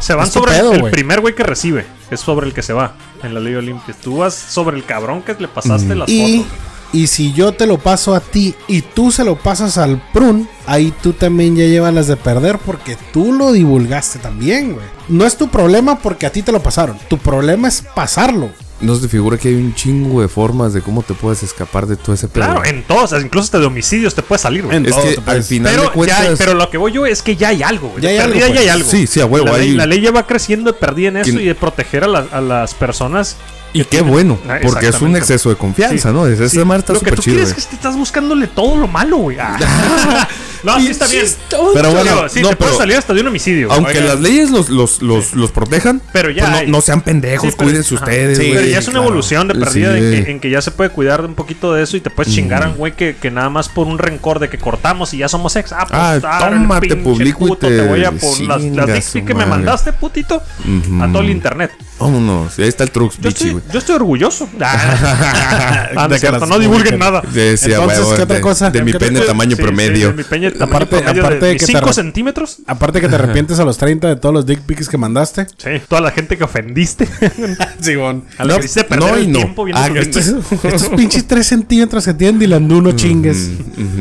Speaker 2: se van
Speaker 4: es tu
Speaker 2: sobre
Speaker 4: pedo,
Speaker 2: el
Speaker 4: güey.
Speaker 2: primer güey que recibe. Es sobre el que se va en la Ley Olimpia. Tú vas sobre el cabrón que le pasaste las
Speaker 4: Mm. Y,
Speaker 2: fotos.
Speaker 4: y si yo te lo paso a ti y tú se lo pasas al prun, ahí tú también ya llevas las de perder porque tú lo divulgaste también, güey. No es tu problema porque a ti te lo pasaron. Tu problema es pasarlo.
Speaker 3: ¿No se te figura que hay un chingo de formas de cómo te puedes escapar de todo ese pedo?
Speaker 2: Claro, en todos. Incluso hasta de homicidios te puede salir, güey.
Speaker 4: En-
Speaker 3: es
Speaker 4: todo te
Speaker 3: que al
Speaker 4: puedes-
Speaker 3: final
Speaker 2: Pero,
Speaker 3: de cuentas.
Speaker 2: ya, pero lo que voy yo es que ya hay algo, güey.
Speaker 4: Ya
Speaker 2: De
Speaker 4: hay
Speaker 2: perdida
Speaker 4: algo,
Speaker 2: ya hay
Speaker 4: pues.
Speaker 2: algo.
Speaker 3: Sí, sí, a huevo,
Speaker 2: La, ley,
Speaker 3: hay-
Speaker 2: la ley ya va creciendo de perdida en eso
Speaker 3: Que-
Speaker 2: y de proteger a, la- a las personas.
Speaker 3: y qué bueno,
Speaker 2: Ah,
Speaker 3: porque es un
Speaker 2: exactamente.
Speaker 3: exceso de confianza,
Speaker 2: Sí.
Speaker 3: ¿no? Es,
Speaker 2: Sí.
Speaker 3: Ese eh. mar está
Speaker 2: Lo que
Speaker 3: súper
Speaker 2: tú
Speaker 3: chido.
Speaker 2: quieres
Speaker 3: güey.
Speaker 2: es que te estás buscándole todo lo malo, güey. <laughs> Ah. no, sí está bien.
Speaker 3: Pero bueno,
Speaker 2: Digo, sí,
Speaker 3: no,
Speaker 2: te puede
Speaker 3: pero-
Speaker 2: salir hasta de un homicidio.
Speaker 3: Aunque
Speaker 2: Oigan,
Speaker 3: las leyes los, los, los, los protejan,
Speaker 2: Pero ya
Speaker 3: pues
Speaker 2: hay.
Speaker 3: no, no sean pendejos,
Speaker 2: Sí, pero-
Speaker 3: cuídense
Speaker 2: ajá.
Speaker 3: ustedes.
Speaker 2: Sí,
Speaker 3: güey,
Speaker 2: pero ya es una
Speaker 3: claro.
Speaker 2: evolución de
Speaker 3: Sí,
Speaker 2: perdida en,
Speaker 3: güey.
Speaker 2: que, en que ya se puede cuidar de un poquito de eso y te puedes chingar a un güey que, que nada más por un rencor de que cortamos y ya somos ex. Ah, pues,
Speaker 3: Ah,
Speaker 2: ah,
Speaker 3: toma,
Speaker 2: pinche
Speaker 3: te publico y
Speaker 2: puto,
Speaker 3: te
Speaker 2: voy a por las, las
Speaker 3: chingas
Speaker 2: dick pic
Speaker 3: su
Speaker 2: que me
Speaker 3: madre.
Speaker 2: mandaste, putito, a todo el internet.
Speaker 3: Vámonos, ahí está el Trux,
Speaker 2: Yo
Speaker 3: bichi,
Speaker 2: estoy,
Speaker 3: güey.
Speaker 2: yo estoy orgulloso.
Speaker 3: <laughs>
Speaker 2: Ah, no es
Speaker 3: De que
Speaker 2: cierto,
Speaker 3: las
Speaker 2: no divulguen
Speaker 3: publiquen.
Speaker 2: nada.
Speaker 3: Sí, sí, a
Speaker 4: Entonces,
Speaker 3: huevo,
Speaker 4: ¿qué otra
Speaker 3: de-
Speaker 4: cosa?
Speaker 3: De mi
Speaker 4: ¿Qué
Speaker 3: pene
Speaker 4: otra-
Speaker 3: tamaño
Speaker 2: Sí, sí,
Speaker 3: promedio.
Speaker 2: de mi peña, tamaño
Speaker 4: Aparte-
Speaker 2: promedio
Speaker 4: aparte
Speaker 2: de
Speaker 4: de
Speaker 2: mis
Speaker 4: que te
Speaker 2: 5
Speaker 4: re-
Speaker 2: centímetros.
Speaker 4: Aparte que te arrepientes a los 30 de todos los dick pics que mandaste.
Speaker 2: Sí, toda la gente que ofendiste. <laughs>
Speaker 4: Simón.
Speaker 2: A la que hiciste perder
Speaker 3: no y
Speaker 2: el
Speaker 3: no.
Speaker 2: tiempo viendo
Speaker 3: Ah,
Speaker 2: tu
Speaker 3: esto
Speaker 2: gente.
Speaker 3: <laughs> es-
Speaker 4: <laughs> Estos pinches 3 centímetros que tienen Dilandú, no chingues.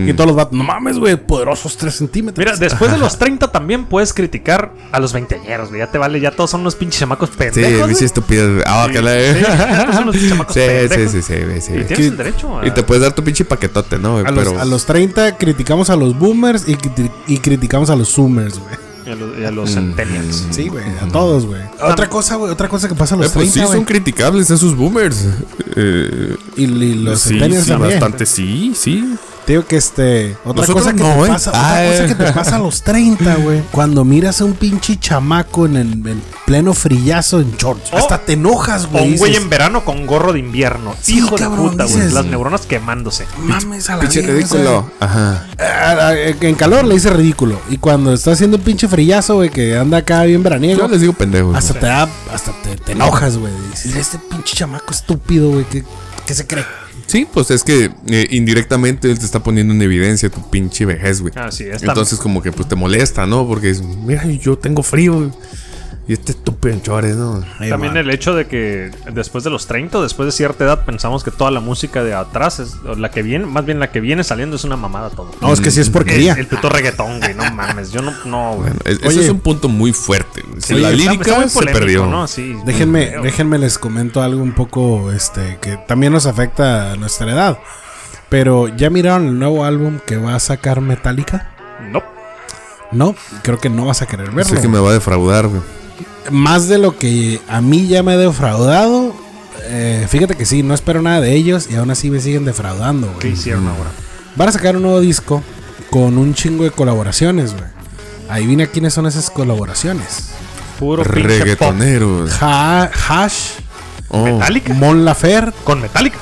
Speaker 4: Y todos los vatos, no mames, güey, poderosos 3 centímetros.
Speaker 2: Mira, después de los 30 también puedes criticar a los veinteañeros, güey. Ya te vale, ya todos son unos pinches chamacos
Speaker 3: Sí,
Speaker 2: pendejos. güey.
Speaker 3: bichi estúpido. Ah, que
Speaker 2: Sí,
Speaker 3: la.
Speaker 2: ya todos son unos pinches chamacos
Speaker 3: <laughs> Sí, sí,
Speaker 2: pendejos.
Speaker 3: sí, sí, güey, sí.
Speaker 2: Y tienes el derecho a-
Speaker 3: Y te puedes dar tu pinche paquetote, ¿no? güey?
Speaker 4: A los,
Speaker 3: Pero. eh,
Speaker 4: a los 30 criticamos a los boomers y, criti- y criticamos a los zoomers, güey.
Speaker 2: Y a los, y a los
Speaker 3: Mm.
Speaker 2: centennials.
Speaker 4: Sí, güey, a todos, güey. Otra cosa, güey, otra cosa que pasa a
Speaker 3: Eh,
Speaker 4: los
Speaker 3: pues sí,
Speaker 4: 30,
Speaker 3: son
Speaker 4: güey.
Speaker 3: criticables esos boomers. Eh,
Speaker 4: Y, y los
Speaker 3: sí,
Speaker 4: centennials
Speaker 3: sí,
Speaker 4: también.
Speaker 3: bastante, sí, sí.
Speaker 4: Te digo que este. Otra
Speaker 3: Nosotros
Speaker 4: cosa que,
Speaker 3: no,
Speaker 4: te
Speaker 3: ¿eh?
Speaker 4: pasa, otra
Speaker 3: Ah,
Speaker 4: cosa
Speaker 3: eh.
Speaker 4: que te pasa a los 30, güey. Cuando miras a un pinche chamaco en, el, en pleno frillazo en shorts.
Speaker 2: Oh.
Speaker 4: hasta te enojas,
Speaker 2: O
Speaker 4: güey.
Speaker 2: un güey
Speaker 4: dices,
Speaker 2: en verano con gorro de invierno.
Speaker 4: Sí,
Speaker 2: Hijo de
Speaker 4: cabrón,
Speaker 2: puta, güey.
Speaker 4: dices-
Speaker 2: Las neuronas quemándose.
Speaker 4: Mames a la
Speaker 2: Ah,
Speaker 3: Pinche
Speaker 4: verga,
Speaker 3: ridículo. Ajá.
Speaker 4: Ah, ah, En calor le dice ridículo. Y cuando está haciendo un pinche frillazo, güey, que anda acá bien veraniego.
Speaker 3: Yo les digo pendejos.
Speaker 4: Hasta te da- hasta te, te enojas, güey. Dices, este pinche chamaco estúpido, güey, ¿qué, qué se cree?
Speaker 3: Sí, pues es que eh, indirectamente él te está poniendo en evidencia tu pinche vejez, güey.
Speaker 2: Así es,
Speaker 3: Entonces como que pues te molesta, ¿no? Porque es, mira, yo tengo frío. Y este estúpido en chores, ¿no?
Speaker 2: También el hecho de que después de los 30, o después de cierta edad, pensamos que toda la música de atrás, es, o la que viene, más bien la que viene saliendo, es una mamada todo.
Speaker 4: No, es que sí es
Speaker 2: El,
Speaker 4: porquería.
Speaker 2: Mm. el puto reggaetón, güey,
Speaker 3: <laughs>
Speaker 2: no mames. Yo no, no, güey.
Speaker 3: Es-
Speaker 4: Oye.
Speaker 3: Ese es un punto muy fuerte. güey.
Speaker 2: Sí,
Speaker 3: la
Speaker 2: está-
Speaker 3: lírica
Speaker 2: está muy
Speaker 3: se
Speaker 2: polémico,
Speaker 3: perdió.
Speaker 2: ¿no? Sí.
Speaker 4: Déjenme,
Speaker 2: Feo.
Speaker 4: déjenme les comento algo un poco este que también nos afecta a nuestra edad. Pero ¿ya miraron el nuevo álbum que va a sacar Metallica?
Speaker 2: No.
Speaker 4: No, creo que no vas a querer verlo.
Speaker 3: Sé que me va a defraudar, güey.
Speaker 4: Más de lo que a mí ya me ha defraudado, eh, eh, fíjate que sí, no espero nada de ellos y aún así me siguen defraudando,
Speaker 2: ¿Qué
Speaker 4: güey.
Speaker 2: hicieron ahora?
Speaker 4: Van a sacar un nuevo disco con un chingo de colaboraciones, güey. Adivina quiénes son esas colaboraciones.
Speaker 2: Puro pinche pop.
Speaker 3: Reggaetoneros.
Speaker 4: Ha- Hash,
Speaker 3: Oh,
Speaker 2: ¿Metallica?
Speaker 4: Mon Laferte,
Speaker 2: Con Metallica.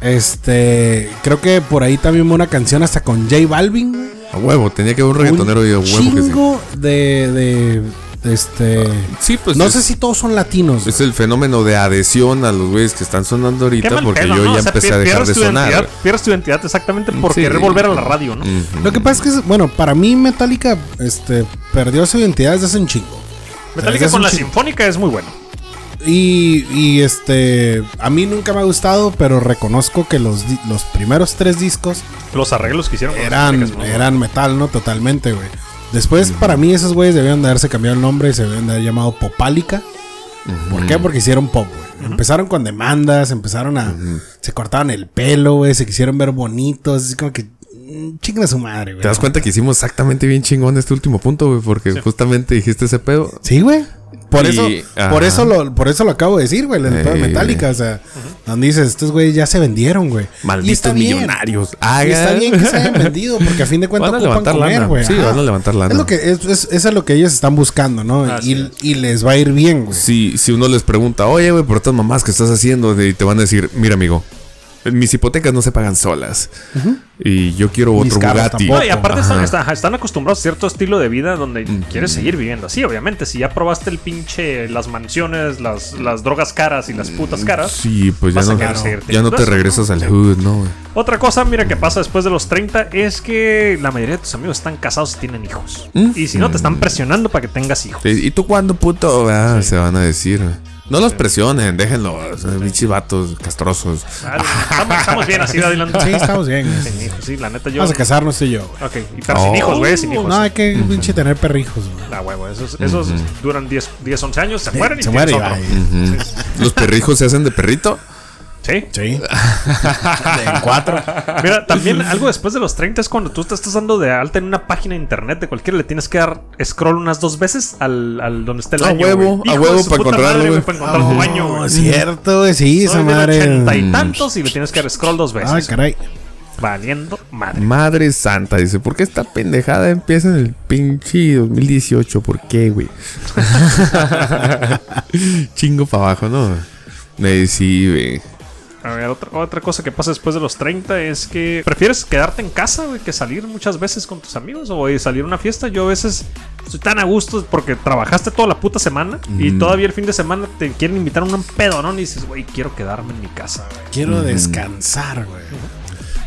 Speaker 4: este, creo que por ahí también hubo una canción hasta con J Balvin. güey.
Speaker 3: a huevo, tenía que haber un reggaetonero y a
Speaker 4: Un
Speaker 3: huevo que sí.
Speaker 4: chingo de, de, de este...
Speaker 3: Sí, pues
Speaker 4: no
Speaker 3: es,
Speaker 4: sé si todos son latinos.
Speaker 3: es el fenómeno de adhesión a los güeyes que están sonando
Speaker 2: Qué
Speaker 3: ahorita
Speaker 2: mal
Speaker 3: porque
Speaker 2: pedo,
Speaker 3: yo
Speaker 2: ¿no?
Speaker 3: ya
Speaker 2: O sea,
Speaker 3: empecé a
Speaker 2: pier-
Speaker 3: dejar
Speaker 2: pierdes
Speaker 3: de
Speaker 2: tu
Speaker 3: sonar.
Speaker 2: identidad- Pierdes tu identidad exactamente por
Speaker 3: Sí. Mm.
Speaker 2: querer volver a la radio, ¿no?
Speaker 3: Ujú.
Speaker 4: Lo que pasa es que, es- bueno, para mí Metallica este, perdió su identidad desde hace un chingo. Desde
Speaker 2: Metallica
Speaker 4: hace
Speaker 2: con
Speaker 4: un
Speaker 2: la
Speaker 4: chingo.
Speaker 2: Sinfónica es muy bueno.
Speaker 4: Y, y, este, a mí nunca me ha gustado, pero reconozco que los, di- los primeros tres discos
Speaker 2: Los arreglos que hicieron con la
Speaker 4: eran,
Speaker 2: Sinfónica es muy bueno.
Speaker 4: eran metal, ¿no? Totalmente, güey. Después, para mí, esos güeyes debían de haberse cambiado el nombre y se debían de haber llamado Popálica. ¿Por qué? Porque hicieron pop, güey. Empezaron con demandas, empezaron a. Se cortaban el pelo, güey. Se quisieron ver bonitos. Así como que. mm, Chinguen a su madre, güey.
Speaker 3: Te das cuenta que hicimos exactamente bien chingón este último punto, güey, porque justamente dijiste ese pedo.
Speaker 4: Sí, güey. Por
Speaker 3: Y-
Speaker 4: eso,
Speaker 3: ajá.
Speaker 4: por eso lo, por eso lo acabo de decir, güey, la entrada
Speaker 3: Ey,
Speaker 4: metálica, o sea, donde dices, estos güeyes ya se vendieron, güey. Y está
Speaker 3: Malditos
Speaker 4: bien.
Speaker 3: millonarios.
Speaker 4: Y está
Speaker 3: Hagan.
Speaker 4: bien que se hayan vendido, porque a fin de cuentas
Speaker 3: Van a
Speaker 4: ocupan
Speaker 3: levantar
Speaker 4: comer,
Speaker 3: lana.
Speaker 4: güey.
Speaker 3: Sí,
Speaker 4: Ajá.
Speaker 3: van a levantar lana.
Speaker 4: Es lo que, es, es- eso es lo que ellos están buscando, ¿no?
Speaker 2: Así
Speaker 4: Y, y les va a ir bien,
Speaker 3: <laughs>
Speaker 4: güey.
Speaker 3: Si, si uno les pregunta, oye, güey, por estas mamás que estás haciendo, de- y te van a decir, mira, amigo, mis hipotecas no se pagan solas. Y yo quiero
Speaker 4: Mis
Speaker 3: otro
Speaker 4: carros
Speaker 3: Bugatti.
Speaker 2: No,
Speaker 4: tampoco.
Speaker 2: y aparte están, están- ajá, están acostumbrados a cierto estilo de vida donde quieres seguir viviendo así, obviamente. Si ya probaste el pinche, las mansiones, las, las drogas caras y las putas caras.
Speaker 3: Sí, pues ya
Speaker 2: Vas a
Speaker 3: no,
Speaker 2: querer seguir
Speaker 3: ya no
Speaker 2: teniendo
Speaker 3: te
Speaker 2: eso,
Speaker 3: regresas
Speaker 2: ¿no?
Speaker 3: al hood, ¿no? güey?
Speaker 2: Otra cosa, mira, que pasa después de los 30 es que la mayoría de tus amigos están casados y tienen hijos. Y si no, te están presionando para que tengas hijos.
Speaker 3: Sí, ¿Y tú cuándo, puto? Ah, Se van a decir. güey. No los presionen, déjenlos. eh, Pinches vatos castrosos.
Speaker 2: Vale, Estamos, estamos bien así, Dylan.
Speaker 4: Sí, estamos bien. güey.
Speaker 2: Sin hijos, sí, la neta yo.
Speaker 4: Vamos a casarnos tú y yo, güey.
Speaker 2: Ok, y pero sin
Speaker 3: No.
Speaker 2: hijos, güey, sin hijos.
Speaker 4: No, hay que pinche tener perrijos, güey.
Speaker 2: La huevo, esos, esos duran 10, 10, 11 años, se mueren y
Speaker 4: se
Speaker 2: tienes
Speaker 4: muere y
Speaker 2: otro.
Speaker 4: va, y-
Speaker 3: Ujú. Los perrijos se hacen de perrito.
Speaker 2: Sí.
Speaker 4: Sí. De cuatro.
Speaker 2: Mira, también algo después de los 30 es cuando tú te estás dando de alta en una página de internet de cualquiera, le tienes que dar scroll unas dos veces al, al donde está el
Speaker 3: A
Speaker 2: año.
Speaker 3: huevo,
Speaker 2: güey.
Speaker 3: a
Speaker 2: Hijo
Speaker 3: huevo
Speaker 2: de su
Speaker 3: para
Speaker 2: puta
Speaker 3: encontrarlo,
Speaker 2: madre,
Speaker 3: güey. Ah,
Speaker 2: Para encontrar tu baño,
Speaker 4: No,
Speaker 2: güey.
Speaker 4: es cierto, güey. Sí, esa
Speaker 2: Soy del
Speaker 4: madre.
Speaker 2: ochenta y tantos y le tienes que dar scroll dos veces.
Speaker 3: Ah,
Speaker 4: Ay, caray.
Speaker 2: Valiendo madre.
Speaker 3: Madre santa, dice, ¿por qué esta pendejada empieza en el pinche 2018? ¿Por qué, güey? <laughs> Chingo para abajo, ¿no? Me sí, güey.
Speaker 2: A ver, otra, otra cosa que pasa después de los 30 es que prefieres quedarte en casa, güey, que salir muchas veces con tus amigos o eh, salir a una fiesta. Yo a veces estoy tan a gusto porque trabajaste toda la puta semana
Speaker 3: Mm.
Speaker 2: y todavía el fin de semana te quieren invitar a un pedo, ¿no? Y dices, güey, quiero quedarme en mi casa, güey.
Speaker 4: Quiero descansar, güey.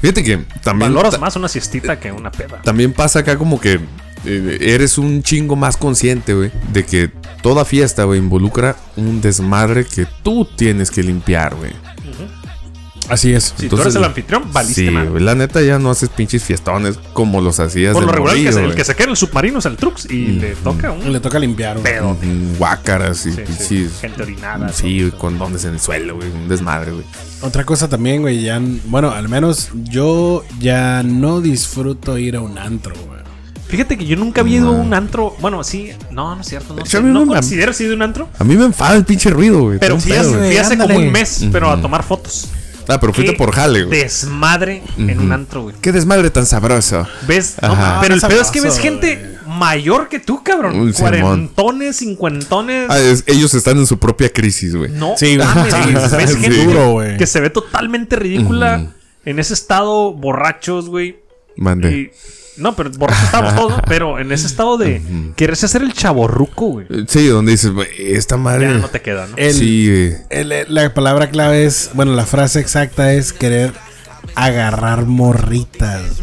Speaker 3: Fíjate que también,
Speaker 2: Valoras
Speaker 3: ta-
Speaker 2: más una siestita que una peda.
Speaker 3: también pasa acá como que eh, eres un chingo más consciente, güey, de que toda fiesta, güey, involucra un desmadre que tú tienes que limpiar, güey.
Speaker 4: Así es.
Speaker 2: Si tú eres el anfitrión, valiste
Speaker 3: Sí,
Speaker 2: madre.
Speaker 3: güey, la neta ya no haces pinches fiestones como los hacías
Speaker 2: Por
Speaker 3: de
Speaker 2: lo regular, el que,
Speaker 3: morrillo,
Speaker 2: se, el
Speaker 3: güey.
Speaker 2: que se queda en el submarino es el Trux y le toca un
Speaker 4: Le toca limpiar, güey.
Speaker 2: pedo.
Speaker 3: Mm, Guácaras y
Speaker 2: Sí, sí.
Speaker 3: pinches...
Speaker 2: Gente orinada.
Speaker 3: Sí,
Speaker 2: todo.
Speaker 3: güey, condones en el suelo, güey. Un desmadre, güey.
Speaker 4: Otra cosa también, güey, ya, bueno, al menos yo ya no disfruto ir a un antro, güey.
Speaker 2: Fíjate que yo nunca había ido a un antro. Bueno, sí, no, no es cierto. No,
Speaker 3: Yo
Speaker 2: sé,
Speaker 3: a mí
Speaker 2: no
Speaker 3: no me-
Speaker 2: considero si de un antro,
Speaker 3: A mí me enfada el pinche ruido, güey.
Speaker 2: pero
Speaker 3: Tengo
Speaker 2: fui
Speaker 3: un pedo,
Speaker 2: hace,
Speaker 3: güey.
Speaker 2: fui hace como
Speaker 4: ándale.
Speaker 2: un mes, pero a tomar fotos.
Speaker 3: Ah, pero fuiste
Speaker 2: Qué
Speaker 3: por jale, güey.
Speaker 2: Desmadre en un antro, güey.
Speaker 3: Qué desmadre tan sabroso.
Speaker 2: ¿Ves? No,
Speaker 3: Ajá.
Speaker 2: pero el
Speaker 4: Ah,
Speaker 2: pedo es que ves
Speaker 4: sabroso,
Speaker 2: gente mayor que tú, cabrón.
Speaker 3: Uy, Simón.
Speaker 2: Cuarentones, cincuentones.
Speaker 3: Ah, es- ellos están en su propia crisis, güey.
Speaker 2: No,
Speaker 4: Sí, güey.
Speaker 2: mames,
Speaker 4: Sí,
Speaker 2: güey. ves
Speaker 4: sí.
Speaker 2: gente
Speaker 4: Duro, güey.
Speaker 2: que se ve totalmente ridícula en ese estado, borrachos, güey.
Speaker 3: Mande.
Speaker 2: Y- No, pero borrachos estábamos todos,
Speaker 4: <laughs>
Speaker 2: ¿no? pero en ese estado de quererse hacer el chaborruco, güey.
Speaker 3: Eh, Sí, donde dices, güey, esta madre.
Speaker 2: Ya no te queda, ¿no?
Speaker 4: El-
Speaker 3: Sí, güey.
Speaker 4: El- el- la palabra clave es, bueno, la frase exacta es querer agarrar morritas.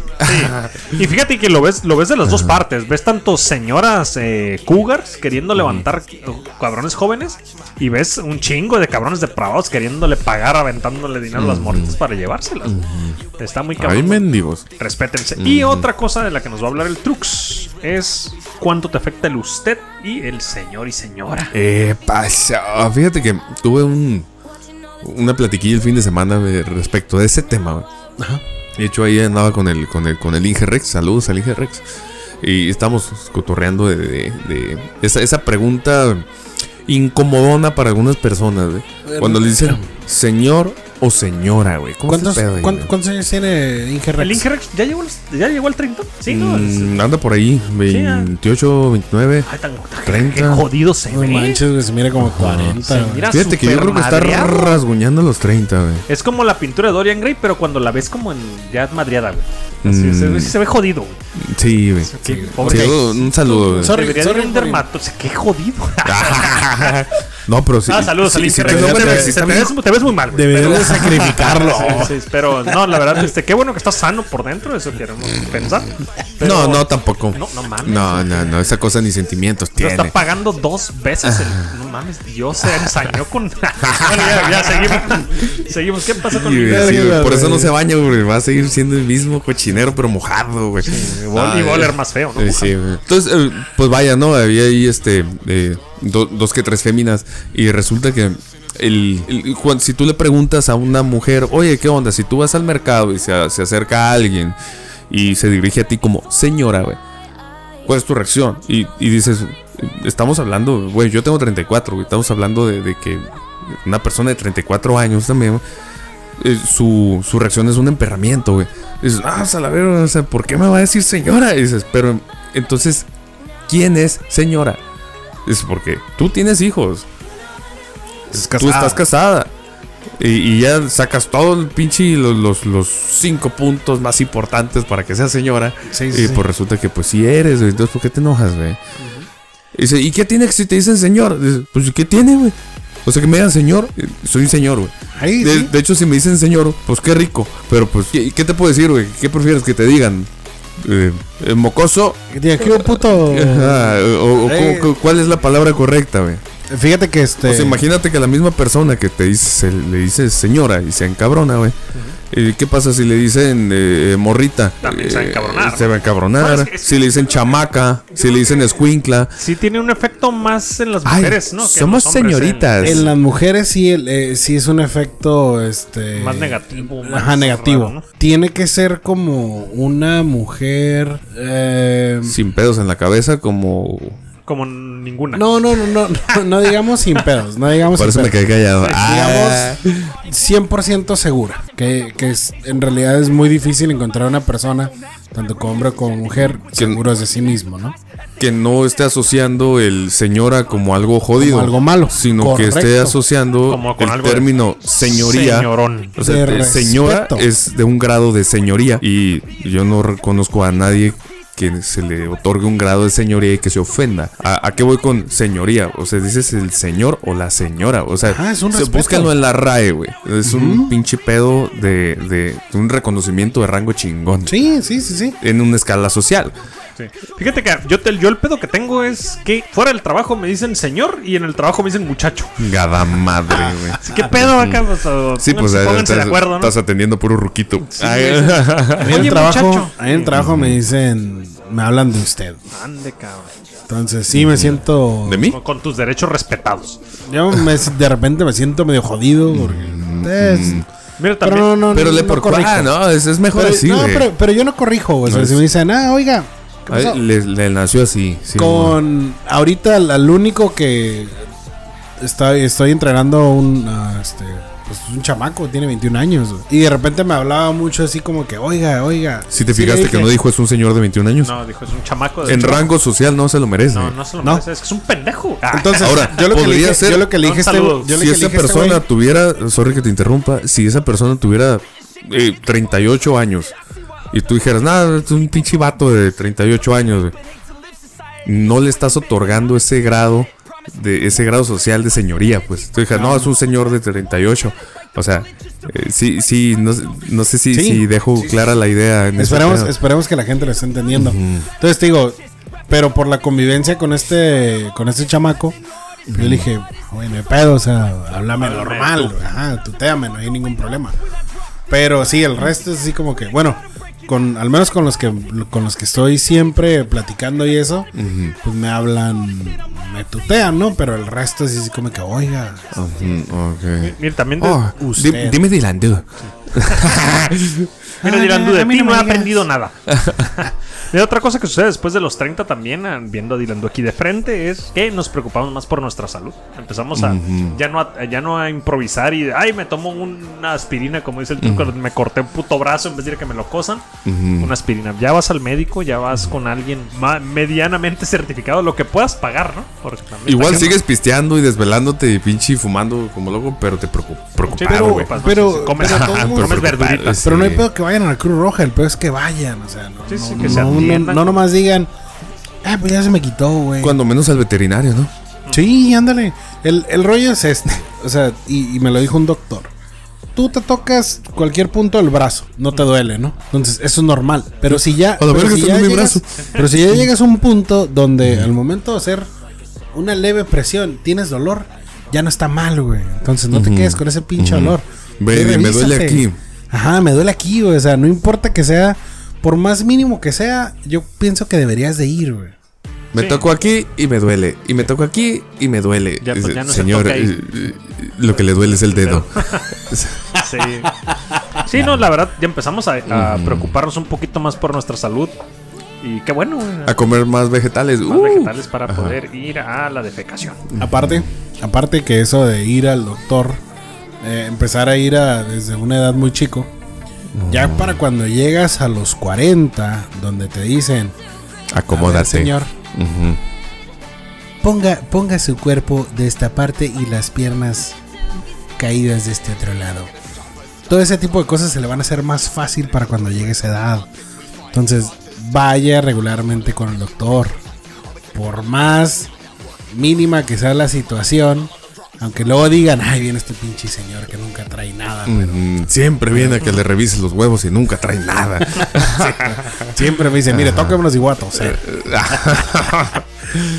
Speaker 4: güey.
Speaker 2: Y fíjate que lo ves, lo ves de las dos partes. Ves tanto señoras eh, cougars queriendo levantar eh, cabrones jóvenes y ves un chingo de cabrones depravados queriéndole pagar, aventándole dinero a las morritas para llevárselas. Está muy
Speaker 3: Ay,
Speaker 2: cabrón.
Speaker 3: mendigos.
Speaker 2: Respétense. Y otra cosa de la que nos va a hablar el Trux es cuánto te afecta el usted y el señor y señora.
Speaker 3: Eh, pasa. Fíjate que tuve un, una platiquilla el fin de semana güey, respecto de ese tema. güey. De hecho, ahí andaba con el, con el, con el Inge Rex. Saludos al Inge Rex. Y estamos cotorreando de, de- de esa, esa pregunta incomodona para algunas personas. güey. Cuando le dicen, señor o señora, güey. ¿Cómo
Speaker 4: ¿Cuántos,
Speaker 3: se pedo,
Speaker 4: cuán- ¿Cuántos años tiene Ingerex?
Speaker 2: ¿El Ingerex ya llegó, al- ya llegó al 30? Sí, ¿no? Es-
Speaker 3: Mm,
Speaker 2: ah.
Speaker 3: Anda por ahí, 28, 29.
Speaker 2: Ay, tan, tan-
Speaker 3: 30.
Speaker 2: qué jodido se
Speaker 4: No
Speaker 2: ve.
Speaker 4: manches, güey, se mira como 40.
Speaker 2: Se
Speaker 4: güey.
Speaker 2: mira
Speaker 3: Fíjate que yo creo que está
Speaker 2: supermadreado.
Speaker 3: rasguñando los 30, güey.
Speaker 2: Es como la pintura de Dorian Gray, pero cuando la ves como en ya madreada, güey. Así
Speaker 3: Mm.
Speaker 2: se, ve- sí se ve jodido, güey.
Speaker 3: Sí, güey.
Speaker 2: Sí, pobre.
Speaker 3: Sí, un saludo, güey.
Speaker 4: Sorry,
Speaker 2: Debería
Speaker 4: sorry
Speaker 2: de ir un
Speaker 4: por-
Speaker 2: dermato. O sea, qué jodido. <laughs>
Speaker 3: No, pero Ah, sí.
Speaker 2: ah, saludos al
Speaker 3: sí, sí,
Speaker 2: Ingerex.
Speaker 3: te
Speaker 2: No,
Speaker 3: ves-
Speaker 2: te,
Speaker 3: sí
Speaker 2: ves-
Speaker 3: te
Speaker 2: te
Speaker 3: ves-
Speaker 2: ves, te ves muy mal, güey.
Speaker 4: Deberían de sacrificarlo.
Speaker 2: Sí, sí, pero no, la verdad, este, qué bueno que está sano por dentro, eso queremos pensar. <laughs> Pero-
Speaker 3: No, no, tampoco.
Speaker 2: No, no mames.
Speaker 3: No, no, no, esa cosa ni sentimientos
Speaker 2: Lo está
Speaker 3: tiene.
Speaker 2: pagando dos veces el. No mames, Dios se ensañó
Speaker 3: <laughs>
Speaker 2: con. bueno, ya, ya seguimos. Seguimos. ¿Qué pasa con
Speaker 3: Sí,
Speaker 2: el
Speaker 3: güey, sí, güey, Por
Speaker 4: güey.
Speaker 3: eso no se baña, güey. Va a seguir siendo el mismo cochinero, pero mojado, güey. Ah,
Speaker 2: Y Boller más feo, ¿no?
Speaker 3: eh, sí, güey. Entonces, eh, pues vaya, ¿no? Había ahí este eh, do- dos que tres féminas. Y resulta que el, el- cuan- si tú le preguntas a una mujer, oye, ¿qué onda? Si tú vas al mercado y se, a- se acerca a alguien y se dirige a ti como señora, güey. ¿Cuál es tu reacción? Y, y dices, estamos hablando, güey, yo tengo 34, güey, estamos hablando de, de que una persona de 34 años también, eh, su, su reacción es un emperramiento, güey. Dices, ah, o sea, la verga, o sea, ¿por qué me va a decir señora? Y dices, pero entonces, ¿quién es señora? Dices, porque tú tienes hijos, tú estás casada. Y, y ya sacas todo el pinche los, los, los cinco puntos más importantes para que seas señora.
Speaker 4: Sí, sí,
Speaker 3: Y
Speaker 4: sí.
Speaker 3: pues resulta que pues si eres, güey. Entonces, ¿por qué te enojas, güey? Dice, ¿y qué tiene que si te dicen señor? Dice, pues ¿qué tiene, güey? O sea, que me digan señor, eh, soy un señor, güey.
Speaker 4: Ahí,
Speaker 3: De,
Speaker 4: sí.
Speaker 3: de hecho, si me dicen señor, pues qué rico. Pero pues, ¿qué, qué te puedo decir, güey? ¿Qué prefieres que te digan? Eh, eh, ¿Mocoso?
Speaker 4: De aquí un puto.
Speaker 3: Ajá, o, o
Speaker 4: Eh.
Speaker 3: cómo- ¿Cuál es la palabra correcta, güey?
Speaker 4: Fíjate que este.
Speaker 3: O sea, imagínate que la misma persona que te dice, se- le dice señora y se encabrona, güey. Eh, ¿Qué pasa si le dicen eh, eh, morrita?
Speaker 2: También se va a
Speaker 3: Eh,
Speaker 2: encabronar.
Speaker 3: se va a encabronar.
Speaker 2: No, es que- es
Speaker 3: si le dicen chamaca, si le dicen escuincla.
Speaker 2: Sí, tiene un efecto más en las
Speaker 3: Ay,
Speaker 2: mujeres, ¿no? Que en
Speaker 3: somos
Speaker 2: los hombres,
Speaker 3: señoritas.
Speaker 4: En las mujeres sí, el, eh, sí es un efecto este
Speaker 2: en- más negativo. Más
Speaker 4: Ajá, negativo.
Speaker 2: raro, ¿no?
Speaker 4: Tiene que ser como una mujer. eh,
Speaker 3: Sin pedos en la cabeza, como.
Speaker 2: Como ninguna.
Speaker 4: no, no, no, no, <laughs> no, no digamos sin pedos. No digamos
Speaker 3: Por eso
Speaker 4: sin
Speaker 3: me
Speaker 4: pedos.
Speaker 3: quedé callado. Ah,
Speaker 4: Pues Digamos 100% segura. Que, que es- en realidad es muy difícil encontrar una persona, tanto como hombre como mujer, seguros de sí mismo, ¿no?
Speaker 3: que no esté asociando el señora como algo jodido.
Speaker 4: Como algo malo.
Speaker 3: Sino que esté
Speaker 4: Correcto.
Speaker 3: asociando
Speaker 2: Como con
Speaker 3: el
Speaker 2: algo de
Speaker 3: término señoría.
Speaker 2: Señorón.
Speaker 3: O sea,
Speaker 4: De
Speaker 3: de señora
Speaker 4: respeto.
Speaker 3: es de un grado de señoría. Y yo no reconozco a nadie que se le otorgue un grado de señoría y que se ofenda. ¿A, a qué voy con señoría? O sea, dices el señor o la señora. O sea,
Speaker 4: Ajá, Ah, es un
Speaker 3: se-
Speaker 4: respeto.
Speaker 3: búscalo en la RAE, güey. Es un pinche pedo de, de- de un reconocimiento de rango chingón.
Speaker 4: Sí, sí, sí, sí.
Speaker 3: En una escala social.
Speaker 2: Sí. Fíjate que yo, te- yo el pedo que tengo es que fuera del trabajo me dicen señor y en el trabajo me dicen muchacho.
Speaker 3: Gada madre, güey.
Speaker 2: Así, ¿Qué pedo acá? O sea,
Speaker 3: Ah, Sí, pues
Speaker 2: pónganse,
Speaker 3: eh,
Speaker 2: pónganse de
Speaker 3: estás,
Speaker 2: acuerdo, ¿no?
Speaker 3: estás atendiendo puro ruquito. Ay,
Speaker 4: A mí en
Speaker 2: Oye,
Speaker 4: el trabajo,
Speaker 2: muchacho.
Speaker 4: a mí en el trabajo me dicen, me hablan de usted.
Speaker 2: Ande, cabrón.
Speaker 4: Entonces sí me siento.
Speaker 3: <laughs> ¿De mí?
Speaker 2: Con, con tus derechos respetados.
Speaker 4: Yo me- de repente me siento medio jodido porque. es-
Speaker 2: Mira,
Speaker 4: Mm. pero
Speaker 2: también.
Speaker 4: no, no,
Speaker 3: Pero
Speaker 4: no,
Speaker 3: le
Speaker 4: no
Speaker 3: por
Speaker 4: corrijo.
Speaker 3: Ah, no, es, es mejor
Speaker 4: Pero,
Speaker 3: así,
Speaker 4: no,
Speaker 3: güey.
Speaker 4: pero, pero yo no corrijo, güey. O sea,
Speaker 3: No
Speaker 4: si
Speaker 3: es-
Speaker 4: me dicen, ah, oiga, ¿qué
Speaker 3: Ay,
Speaker 4: pasó?
Speaker 3: le, le nació así. sí, güey.
Speaker 4: Con ahorita al, al único que está, estoy entrenando un ah, este, pues, un chamaco, tiene 21 años. güey. Y de repente me hablaba mucho así como que, oiga, oiga.
Speaker 3: Si te
Speaker 4: Sí,
Speaker 3: fijaste
Speaker 4: dije,
Speaker 3: que no dijo es un señor de 21 años.
Speaker 2: No, dijo, es un chamaco de
Speaker 3: en
Speaker 2: hecho.
Speaker 3: rango social no se lo merece.
Speaker 2: No, no se lo
Speaker 4: No.
Speaker 2: merece, es que es un pendejo. Ah, <laughs>
Speaker 4: Entonces,
Speaker 3: Ahora,
Speaker 4: yo lo que le
Speaker 3: podría
Speaker 4: dije,
Speaker 3: ser-
Speaker 4: yo lo que le
Speaker 2: No,
Speaker 4: dije a este-
Speaker 2: saludos.
Speaker 4: yo
Speaker 3: si
Speaker 4: lo que le
Speaker 3: esa
Speaker 4: dije a este güey-
Speaker 3: persona tuviera, sorry que te interrumpa, si esa persona tuviera eh, 38 años y tú dijeras, nada, es un pinche vato de 38 años, güey", no le estás otorgando ese grado de ese grado social de señoría, pues tú dijeras, no, es un señor de 38. O sea, eh, sí, sí, no, sé- no sé si,
Speaker 4: Sí.
Speaker 3: si dejo clara la idea. en ese
Speaker 4: Esperemos,
Speaker 3: pedo.
Speaker 4: esperemos que la gente lo esté entendiendo. Entonces te digo, pero por la convivencia con este, con este chamaco, yo le dije, bueno, de pedo, o sea, háblame normal, ajá, tuteame, no hay ningún problema. Pero sí, el resto es así como que, bueno, con, al menos con los que con los que estoy siempre platicando y eso, pues me hablan, me tutean, ¿no? Pero el resto sí, sí como que, oiga,
Speaker 3: Ujú, ok.
Speaker 2: Mira, también. de-
Speaker 5: Oh,
Speaker 4: usted.
Speaker 5: di- dime Dylan, dude.
Speaker 2: Mira,
Speaker 4: Ah,
Speaker 2: dirán,
Speaker 4: ya,
Speaker 2: "Dude,
Speaker 4: a
Speaker 2: de
Speaker 4: mí
Speaker 2: ti
Speaker 4: no
Speaker 2: no
Speaker 4: me
Speaker 2: he
Speaker 4: digas".
Speaker 2: aprendido nada. Mira, otra cosa que sucede después de los 30 también, ah, viendo a Dylan aquí de frente, es que nos preocupamos más por nuestra salud. Empezamos a, ya, no a ya no a improvisar y, ay, me tomo una aspirina, como dice el truco, me corté un puto brazo en vez de ir a que me lo cosan. Una aspirina. Ya vas al médico, ya vas con alguien ma- medianamente certificado, lo que puedas pagar, ¿no? Porque también
Speaker 3: Igual
Speaker 2: está-
Speaker 3: sigues pisteando y desvelándote y pinche fumando como loco, pero te preocu-
Speaker 2: Sí,
Speaker 3: preocupado, güey.
Speaker 2: preocupas, ¿no?
Speaker 4: pero-
Speaker 2: Sí, sí, comes,
Speaker 4: pero todo el mundo-
Speaker 2: comes
Speaker 3: Pero preocupado,
Speaker 2: verduritas.
Speaker 3: sí.
Speaker 4: Pero no hay pedo que vayan a la Cruz Roja, el pedo es que vayan, o sea, no,
Speaker 2: Sí, sí,
Speaker 4: no-
Speaker 2: que se
Speaker 4: no- no-
Speaker 2: atiendan.
Speaker 4: no nomás digan, ah, pues ya se me quitó, güey.
Speaker 3: Cuando menos al veterinario, ¿no?
Speaker 4: Sí, ándale. El, el rollo es este. <laughs> O sea, y, y me lo dijo un doctor. Tú te tocas cualquier punto del brazo, no te duele, ¿no? Entonces, eso es normal. Pero si ya.
Speaker 3: A la
Speaker 4: pero,
Speaker 3: verga,
Speaker 4: si
Speaker 3: esto
Speaker 4: ya
Speaker 3: no es mi
Speaker 4: llegas,
Speaker 3: brazo.
Speaker 4: pero si
Speaker 3: <laughs>
Speaker 4: ya llegas a un punto donde al momento de hacer una leve presión tienes dolor, ya no está mal, güey. Entonces, no te quedes con ese pinche dolor. Ve,
Speaker 3: Baby, me duele
Speaker 4: revísate.
Speaker 3: aquí.
Speaker 4: Ajá, me duele aquí, güey. O sea, no importa que sea, por más mínimo que sea, yo pienso que deberías de ir, güey.
Speaker 3: Me
Speaker 2: Sí.
Speaker 3: toco aquí y me duele. Y me toco aquí y me duele.
Speaker 2: Ya, pues, ya no se
Speaker 3: Señor,
Speaker 2: toca ahí.
Speaker 3: eh, eh, lo que le duele es el dedo.
Speaker 2: Sí. Sí, no, la verdad, ya empezamos a, a preocuparnos un poquito más por nuestra salud. Y qué bueno, güey,
Speaker 3: <laughs> A comer más vegetales.
Speaker 2: más
Speaker 3: Ah, uh.
Speaker 2: vegetales para poder ir a la defecación.
Speaker 4: Aparte, aparte que eso de ir al doctor, eh, empezar a ir a, desde una edad muy chico, ya para cuando llegas a los 40, donde te dicen, "A ver,
Speaker 3: Acomódate.
Speaker 4: señor,
Speaker 3: Ujú.
Speaker 4: ponga, ponga su cuerpo de esta parte y las piernas caídas de este otro lado. Todo ese tipo de cosas se le van a hacer más fácil para cuando llegue esa edad. Entonces, vaya regularmente con el doctor. Por más mínima que sea la situación, aunque luego digan, ay, viene este pinche señor que nunca trae nada, pero
Speaker 3: Mm, Siempre viene a que le revises los huevos y nunca trae
Speaker 2: <laughs>
Speaker 3: nada.
Speaker 4: siempre me dice, mire, tóquemelos y guato. o sea.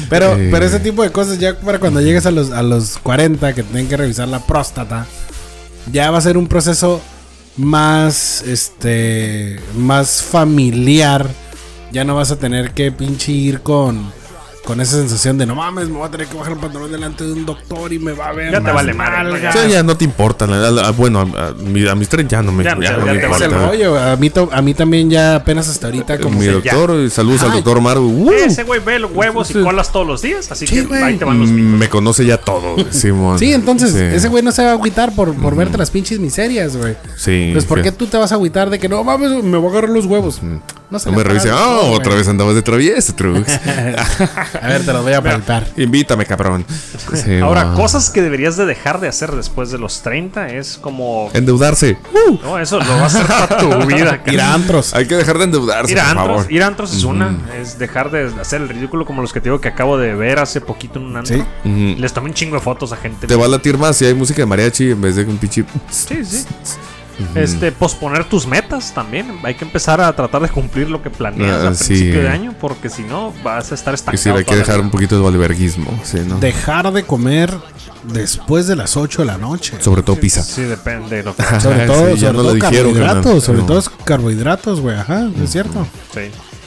Speaker 4: pero,
Speaker 3: Eh.
Speaker 4: pero ese tipo de cosas, ya para cuando llegues a los, a los 40, que tienen que revisar la próstata, ya va a ser un proceso más, este, más familiar. Ya no vas a tener que pinche ir con, con esa sensación de, no mames, me voy a tener que bajar el pantalón delante de un doctor y me va a ver.
Speaker 2: Ya te
Speaker 4: más
Speaker 2: vale madre, ¿no?
Speaker 4: nalgas".
Speaker 3: O sea, ya no te importa. la- la- bueno, a, a mi- a mis tres ya no me,
Speaker 2: Ya, ya,
Speaker 3: no
Speaker 2: ya
Speaker 3: me
Speaker 2: te
Speaker 4: Es
Speaker 2: vale
Speaker 4: el
Speaker 3: importa.
Speaker 4: rollo, a mí, to- a mí también ya apenas hasta ahorita como
Speaker 3: Mi
Speaker 4: que-
Speaker 3: doctor, eh, saludos al
Speaker 4: Ay.
Speaker 3: doctor Maru. Uh,
Speaker 2: Ese güey ve los huevos y colas todos los días, así
Speaker 4: Sí,
Speaker 2: que
Speaker 4: güey.
Speaker 2: ahí te van los
Speaker 3: mm,
Speaker 2: míos.
Speaker 3: me conoce ya todo,
Speaker 4: <laughs>
Speaker 3: Simón.
Speaker 4: Sí, entonces
Speaker 3: Sí.
Speaker 4: ese güey no se va a agüitar por, por verte las pinches miserias, güey.
Speaker 3: Sí,
Speaker 4: Pues, ¿por
Speaker 3: sí.
Speaker 4: qué tú te vas a agüitar de que no mames, me voy a agarrar los huevos? No se
Speaker 3: No me
Speaker 4: le
Speaker 3: revise.
Speaker 4: para,
Speaker 3: Ah,
Speaker 4: güey.
Speaker 3: otra vez andabas de travieso, Trux.
Speaker 4: <laughs> A ver, te los voy a palpar.
Speaker 3: Invítame, cabrón. Sí,
Speaker 2: Ahora,
Speaker 3: ma.
Speaker 2: cosas que deberías de dejar de hacer después de los 30 es como...
Speaker 3: Uh. Endeudarse.
Speaker 2: No, eso lo vas a hacer para <laughs>
Speaker 3: <laughs>
Speaker 2: tu vida. cara.
Speaker 4: Ir a antros.
Speaker 3: Hay que dejar de endeudarse,
Speaker 2: Ir a
Speaker 3: por
Speaker 2: antros,
Speaker 3: favor. Mm.
Speaker 2: ir a antros es una, es dejar de hacer el ridículo como los que te digo que acabo de ver hace poquito en un antro.
Speaker 4: Sí.
Speaker 3: Ujú.
Speaker 2: Les tomé un chingo de fotos a gente.
Speaker 3: Te va a latir más si hay música de mariachi en vez de un pinche.
Speaker 2: Sí, sí. Este, posponer tus metas también. Hay que empezar a tratar de cumplir lo que planeas
Speaker 3: Ah,
Speaker 2: a
Speaker 3: sí.
Speaker 2: principio de año, porque si no vas a estar estancado.
Speaker 3: Y si hay que
Speaker 2: toda la
Speaker 3: dejar
Speaker 2: vida.
Speaker 3: un poquito de alberguismo, sí, ¿no?
Speaker 4: Dejar de comer después de las 8 de la noche.
Speaker 3: Sobre todo pizza.
Speaker 2: Sí, depende de lo que-
Speaker 4: Sobre
Speaker 3: Sí,
Speaker 4: todo,
Speaker 3: ya
Speaker 4: sobre
Speaker 3: no lo
Speaker 4: todo
Speaker 3: dijeron,
Speaker 4: carbohidratos,
Speaker 3: carnal.
Speaker 4: sobre
Speaker 3: No.
Speaker 4: todo carbohidratos, güey. Ajá, es cierto.
Speaker 2: sí.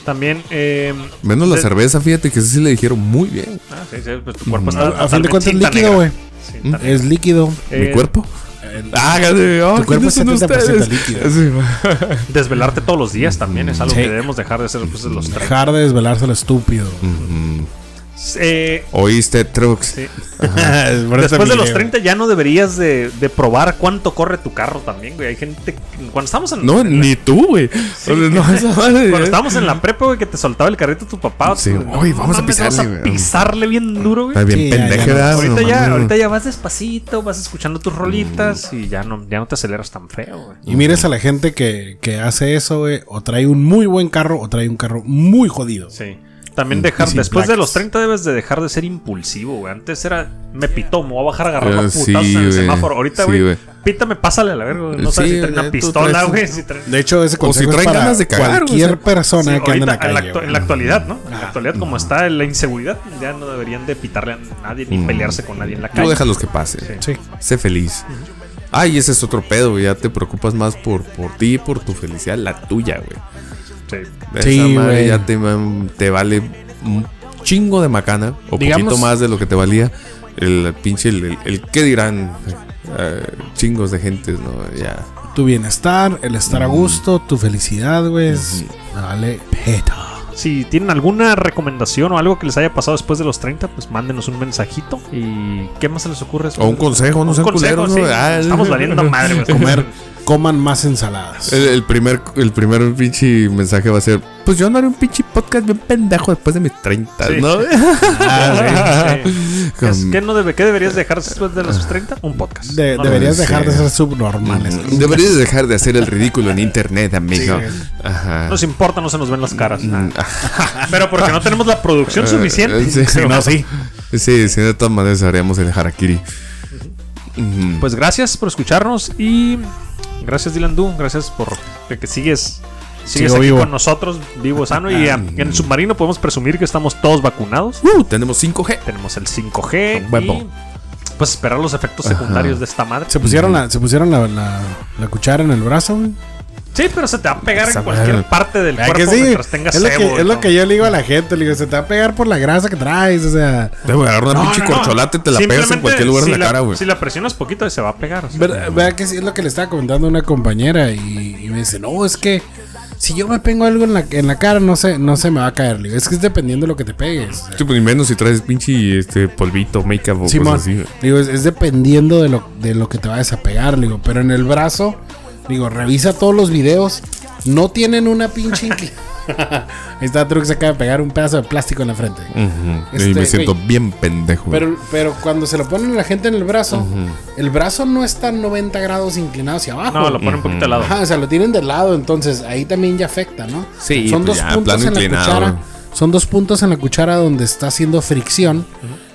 Speaker 2: También. eh,
Speaker 3: Menos la
Speaker 2: de-
Speaker 3: cerveza, fíjate que eso sí le dijeron muy bien.
Speaker 2: Ah, sí, sí, pues tu cuerpo está.
Speaker 4: A fin
Speaker 2: totalmente
Speaker 4: de cuentas es
Speaker 2: cinta
Speaker 4: líquido, güey.
Speaker 2: negra. Cinta negra.
Speaker 4: Es líquido.
Speaker 2: Eh, Ah,
Speaker 3: Mi cuerpo. Hágase, oh,
Speaker 4: tu cuerpo es
Speaker 3: ¿quiénes son
Speaker 4: 70%
Speaker 3: ustedes? <laughs>
Speaker 4: líquido.
Speaker 3: Sí,
Speaker 4: <laughs>
Speaker 3: ma.
Speaker 2: Desvelarte todos los días también es algo
Speaker 4: Sí.
Speaker 2: que debemos dejar de hacer después de los 30.
Speaker 4: Dejar de desvelarse lo estúpido. <laughs>
Speaker 2: Eh,
Speaker 3: Oíste, Trux.
Speaker 2: sí.
Speaker 4: Por eso
Speaker 2: Después de
Speaker 4: miré,
Speaker 2: los
Speaker 4: güey.
Speaker 2: 30 ya no deberías de, de probar cuánto corre tu carro también, güey. Hay gente... que- Cuando estamos en... <laughs>
Speaker 3: No,
Speaker 2: en la-
Speaker 3: ni tú, güey. O sea, no, esa madre-
Speaker 2: Cuando estábamos en la prepa, güey, que te soltaba el carrito tu papá.
Speaker 3: Sí,
Speaker 2: tú-
Speaker 3: güey,
Speaker 2: no
Speaker 3: "Oye, vamos a
Speaker 2: mames,
Speaker 3: pisarle,
Speaker 2: vas
Speaker 3: güey".
Speaker 2: pisarle bien duro,
Speaker 3: Está
Speaker 2: güey.
Speaker 3: bien
Speaker 4: Sí, ya,
Speaker 3: pendeja,
Speaker 4: ya,
Speaker 3: ¿verdad?
Speaker 2: Ahorita
Speaker 3: No
Speaker 2: ya,
Speaker 3: mames.
Speaker 2: ahorita ya vas despacito, vas escuchando tus rolitas y ya no, ya no te aceleras tan feo, güey.
Speaker 4: Y mires a la gente que, que hace eso, güey. O trae un muy buen carro o trae un carro muy jodido.
Speaker 2: Sí. También dejar,
Speaker 4: sin
Speaker 2: después de
Speaker 4: placas.
Speaker 2: los 30 debes de dejar de ser impulsivo, güey. Antes era, me pitó, me voy a bajar a agarrar
Speaker 3: Ah,
Speaker 2: a putazos
Speaker 3: sí,
Speaker 2: en el
Speaker 3: güey.
Speaker 2: semáforo. Ahorita,
Speaker 3: Sí,
Speaker 2: güey,
Speaker 3: güey.
Speaker 2: pítame, pásale a la verga, güey. No sabes
Speaker 3: Sí,
Speaker 2: si trae una
Speaker 3: güey, tú
Speaker 2: pistola,
Speaker 3: traes-
Speaker 2: güey. Si trae...
Speaker 4: De hecho, ese consejo
Speaker 3: si
Speaker 4: es
Speaker 3: traen
Speaker 4: para
Speaker 3: ganas de cagar,
Speaker 4: cualquier
Speaker 3: o sea,
Speaker 4: persona
Speaker 2: Sí,
Speaker 4: que anda en la
Speaker 2: ahorita,
Speaker 4: calle.
Speaker 2: actu-
Speaker 4: güey.
Speaker 2: en la actualidad, ¿no? En la actualidad, como está la inseguridad, ya no deberían de pitarle a nadie ni pelearse con nadie en la
Speaker 3: Mm. Tú
Speaker 2: calle.
Speaker 3: deja los que pasen.
Speaker 4: Sí.
Speaker 3: Sé feliz. Ay, ese es otro pedo, güey. Ya te preocupas más por, por ti y por tu felicidad, la tuya, güey.
Speaker 2: Sí.
Speaker 3: Esa
Speaker 4: Sí,
Speaker 3: madre
Speaker 4: güey.
Speaker 3: ya te, man- te vale un chingo de macana o
Speaker 2: Digamos-
Speaker 3: poquito más de lo que te valía el pinche el, el- el qué dirán eh, chingos de gentes, ¿no? Ya.
Speaker 4: Tu bienestar, el estar a gusto, tu felicidad, güey. es- Vale, peta.
Speaker 2: Si tienen alguna recomendación o algo que les haya pasado después de los 30, pues mándenos un mensajito. ¿Y qué más se les ocurre?
Speaker 3: O un consejo, no
Speaker 2: Un
Speaker 3: sean
Speaker 2: consejo,
Speaker 3: culeros,
Speaker 2: sí.
Speaker 3: ¿no? Ah, <laughs>
Speaker 2: Estamos valiendo madre, güey.
Speaker 4: Comer, coman más ensaladas.
Speaker 3: El, el primer, el primer pinche mensaje va a ser: Pues yo no haré un pinche podcast bien pendejo después de mis 30,
Speaker 2: Sí. <laughs>
Speaker 3: ¿no? Ah,
Speaker 2: Sí. ¿Qué es- ¿Qué, no debe, ¿Qué deberías dejar después de los 30? Un podcast.
Speaker 4: De-
Speaker 2: No,
Speaker 4: deberías
Speaker 3: sí.
Speaker 4: dejar de ser subnormales.
Speaker 3: Deberías dejar de hacer el ridículo en internet, amigo. Ajá.
Speaker 2: no nos importa, no se nos ven las caras.
Speaker 3: Mm,
Speaker 2: Pero porque no tenemos la producción
Speaker 3: Eh,
Speaker 2: suficiente.
Speaker 3: sí.
Speaker 2: Pero-
Speaker 3: No, sí. Sí, sí, de todas maneras haríamos el harakiri. Ujú.
Speaker 2: Pues gracias por escucharnos y gracias Dylan Du, gracias por que, que sigues sigues
Speaker 4: Sigo
Speaker 2: aquí
Speaker 4: vivo.
Speaker 2: con nosotros vivo sano y a- en el submarino podemos presumir que estamos todos vacunados.
Speaker 3: Uh, tenemos 5G.
Speaker 2: Tenemos el 5G
Speaker 3: Ah, Huevo.
Speaker 2: y pues esperar los efectos secundarios de esta madre.
Speaker 4: Se pusieron, la, se pusieron la, la- la cuchara en el brazo, güey.
Speaker 2: Sí, pero se te va a pegar
Speaker 3: Esa
Speaker 2: en cualquier
Speaker 3: madre.
Speaker 2: parte del
Speaker 4: ¿Verdad
Speaker 2: cuerpo
Speaker 4: que sí?
Speaker 2: mientras tengas
Speaker 4: es lo,
Speaker 2: cebo,
Speaker 4: que, es lo
Speaker 2: ¿no?
Speaker 4: que yo le digo a la gente, le digo, se te va a pegar por la grasa que traes, o sea...
Speaker 3: Te voy a agarrar
Speaker 2: No,
Speaker 3: una pinche
Speaker 2: no, no.
Speaker 3: corcholate, te la pegas en
Speaker 2: Simplemente
Speaker 3: cualquier lugar
Speaker 2: si
Speaker 3: en la, cara, güey.
Speaker 2: Si la presionas poquito se va a pegar. o sea.
Speaker 4: ¿Verdad, verdad que sí? Es lo que le estaba comentando a una compañera y, y me dice, no, es que si yo me pego algo en la, en la cara, no se, no se me va a caer. Le digo, es que es dependiendo de lo que te pegues.
Speaker 3: Sí, pues, y menos si traes pinche este, polvito, make-up o
Speaker 4: Simón,
Speaker 3: cosas así. güey.
Speaker 4: digo, es, es dependiendo de lo, de lo que te vayas a pegar, le digo, pero en el brazo, digo, revisa todos los videos, no tienen una pinche... incli- Ahí está Trux, se acaba de pegar un pedazo de plástico en la frente.
Speaker 3: Ujú.
Speaker 4: Este,
Speaker 3: y me siento
Speaker 4: güey.
Speaker 3: bien pendejo. güey.
Speaker 4: Pero, pero cuando se lo ponen a la gente en el brazo, el brazo no está 90 grados inclinado hacia abajo.
Speaker 2: No, lo ponen un poquito al lado.
Speaker 4: Ajá, o sea, lo tienen de lado, entonces ahí también ya afecta, ¿no?
Speaker 3: Sí,
Speaker 4: son
Speaker 3: pues
Speaker 4: dos
Speaker 3: ya,
Speaker 4: puntos
Speaker 3: plano
Speaker 4: en la
Speaker 3: inclinado.
Speaker 4: cuchara. Son dos puntos en la cuchara donde está haciendo fricción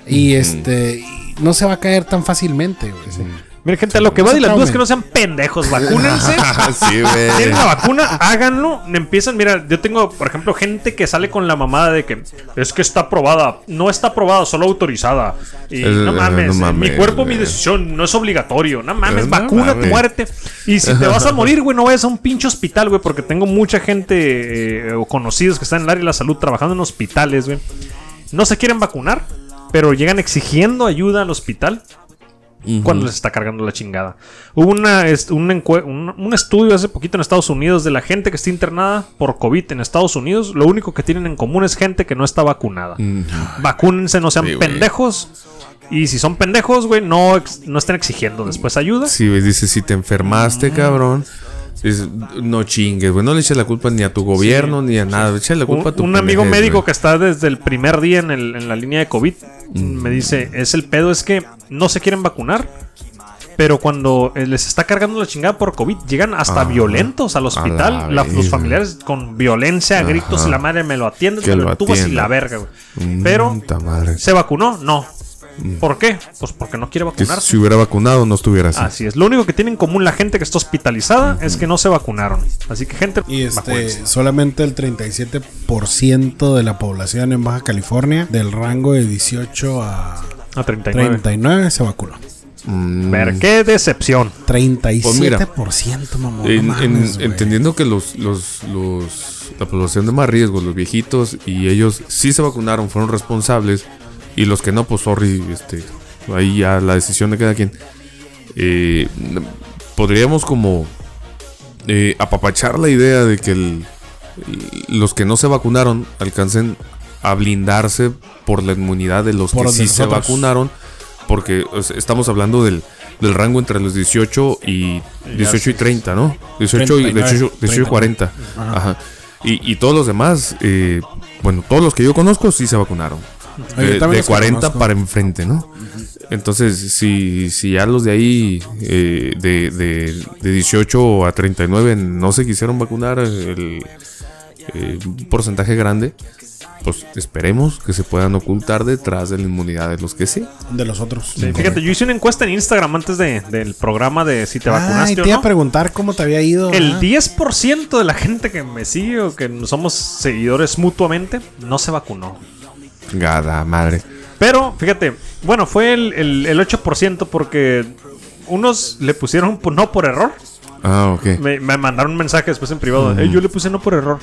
Speaker 4: y este y no se va a caer tan fácilmente, güey.
Speaker 2: Miren, gente, a lo que
Speaker 4: No
Speaker 2: va
Speaker 4: se
Speaker 2: Dylan Du es
Speaker 4: traumen.
Speaker 2: que no sean pendejos, vacúnense.
Speaker 3: <laughs> sí, güey.
Speaker 2: tienen la vacuna, háganlo. Empiezan, mira, yo tengo, por ejemplo, gente que sale con la mamada de que es que está aprobada. No está aprobada, solo autorizada. Y
Speaker 3: Eh,
Speaker 2: no, mames,
Speaker 3: no mames,
Speaker 2: mi cuerpo, mi
Speaker 3: güey.
Speaker 2: decisión, no es obligatorio. No mames,
Speaker 3: Eh, no
Speaker 2: vacuna,
Speaker 3: mames.
Speaker 2: muerte. Y si te vas a morir, güey, no vayas a un pinche hospital, güey, porque tengo mucha gente eh, o conocidos que están en el área de la salud trabajando en hospitales, güey. No se quieren vacunar, pero llegan exigiendo ayuda al hospital cuando les está cargando la chingada. Hubo una, est- un, encue- un- un estudio hace poquito en Estados Unidos de la gente que está internada por COVID en Estados Unidos. Lo único que tienen en común es gente que no está vacunada. Vacúnense, no sean
Speaker 3: Mm. Sí, güey.
Speaker 2: pendejos. Y si son pendejos, güey, no, ex- no estén exigiendo después ayuda.
Speaker 3: Sí, güey, dice, si te
Speaker 2: Ah.
Speaker 3: enfermaste, cabrón. dices, no chingues, güey. No le eches la culpa ni a tu gobierno, ni a nada. Echa la
Speaker 2: Un,
Speaker 3: culpa a tu
Speaker 2: un amigo
Speaker 3: pendejes,
Speaker 2: médico
Speaker 3: güey.
Speaker 2: que está desde el primer día en, el- en la línea de COVID
Speaker 3: Mm.
Speaker 2: me dice, es el pedo, es que no se quieren vacunar, pero cuando eh, les está cargando la chingada por COVID, llegan hasta
Speaker 3: Ajá.
Speaker 2: violentos al hospital,
Speaker 3: A la
Speaker 2: la- los
Speaker 3: verga.
Speaker 2: familiares con violencia, a gritos
Speaker 3: Ajá.
Speaker 2: y la madre me lo atiendes,
Speaker 3: Que
Speaker 2: me
Speaker 3: lo
Speaker 2: lo tubas y
Speaker 3: atienda.
Speaker 2: la verga, güey.
Speaker 3: Mm,
Speaker 2: Pero,
Speaker 3: puta madre. Mm.
Speaker 2: ¿se vacunó? No. ¿Por qué? Pues porque no quiere
Speaker 3: Que
Speaker 2: vacunarse.
Speaker 3: si hubiera vacunado, no estuviera así.
Speaker 2: Así es. Lo único que tiene en común la gente que está hospitalizada es que no se vacunaron. Así que, gente,
Speaker 4: Y
Speaker 2: vacúnense.
Speaker 4: este, solamente el 37% de la población en Baja California, del rango de 18 a
Speaker 2: A 39.
Speaker 4: 39, se vacunó.
Speaker 3: Mm.
Speaker 2: Ver, qué decepción.
Speaker 4: 37%,
Speaker 3: mira,
Speaker 4: mamón. no
Speaker 3: En- en-
Speaker 4: mames, güey.
Speaker 3: entendiendo que los, los, los, la población de más riesgo, los viejitos, y ellos sí se vacunaron, fueron responsables, y los que no, pues sorry, este, ahí ya la decisión de cada quien. Eh, n- podríamos como eh, apapachar la idea de que el- los que no se vacunaron alcancen a blindarse por la inmunidad de los
Speaker 4: Por
Speaker 3: que
Speaker 4: los de
Speaker 3: sí se
Speaker 4: nosotros.
Speaker 3: vacunaron, porque o sea, estamos hablando del, del rango entre los 18 y 18 y 30, ¿no? 18 y
Speaker 4: 39,
Speaker 3: 18, 18 y 40. Ajá. Y, y todos los demás, eh, bueno, todos los que yo conozco sí se vacunaron. Eh,
Speaker 4: Oye,
Speaker 3: De-
Speaker 4: también los
Speaker 3: de
Speaker 4: que
Speaker 3: 40
Speaker 4: conozco.
Speaker 3: para enfrente, ¿no? Entonces, si, si ya los de ahí, eh, de, de, de 18 a 39, no se quisieron vacunar, el, eh, un porcentaje grande, pues esperemos que se puedan ocultar detrás de la inmunidad de los que sí.
Speaker 4: de los otros.
Speaker 2: Sí, fíjate, yo hice una encuesta en Instagram antes de- del programa de si te
Speaker 4: Ay,
Speaker 2: vacunaste
Speaker 4: te iba
Speaker 2: o no.
Speaker 4: a preguntar cómo te había ido.
Speaker 2: El
Speaker 4: ah.
Speaker 2: 10% de la gente que me sigue o que somos seguidores mutuamente no se vacunó.
Speaker 3: Gada madre.
Speaker 2: Pero, fíjate, bueno, fue el, el- el 8% porque unos le pusieron po- no por error.
Speaker 3: Ah, ok.
Speaker 2: Me, me mandaron un mensaje después en privado. "Eh, yo le puse no por error.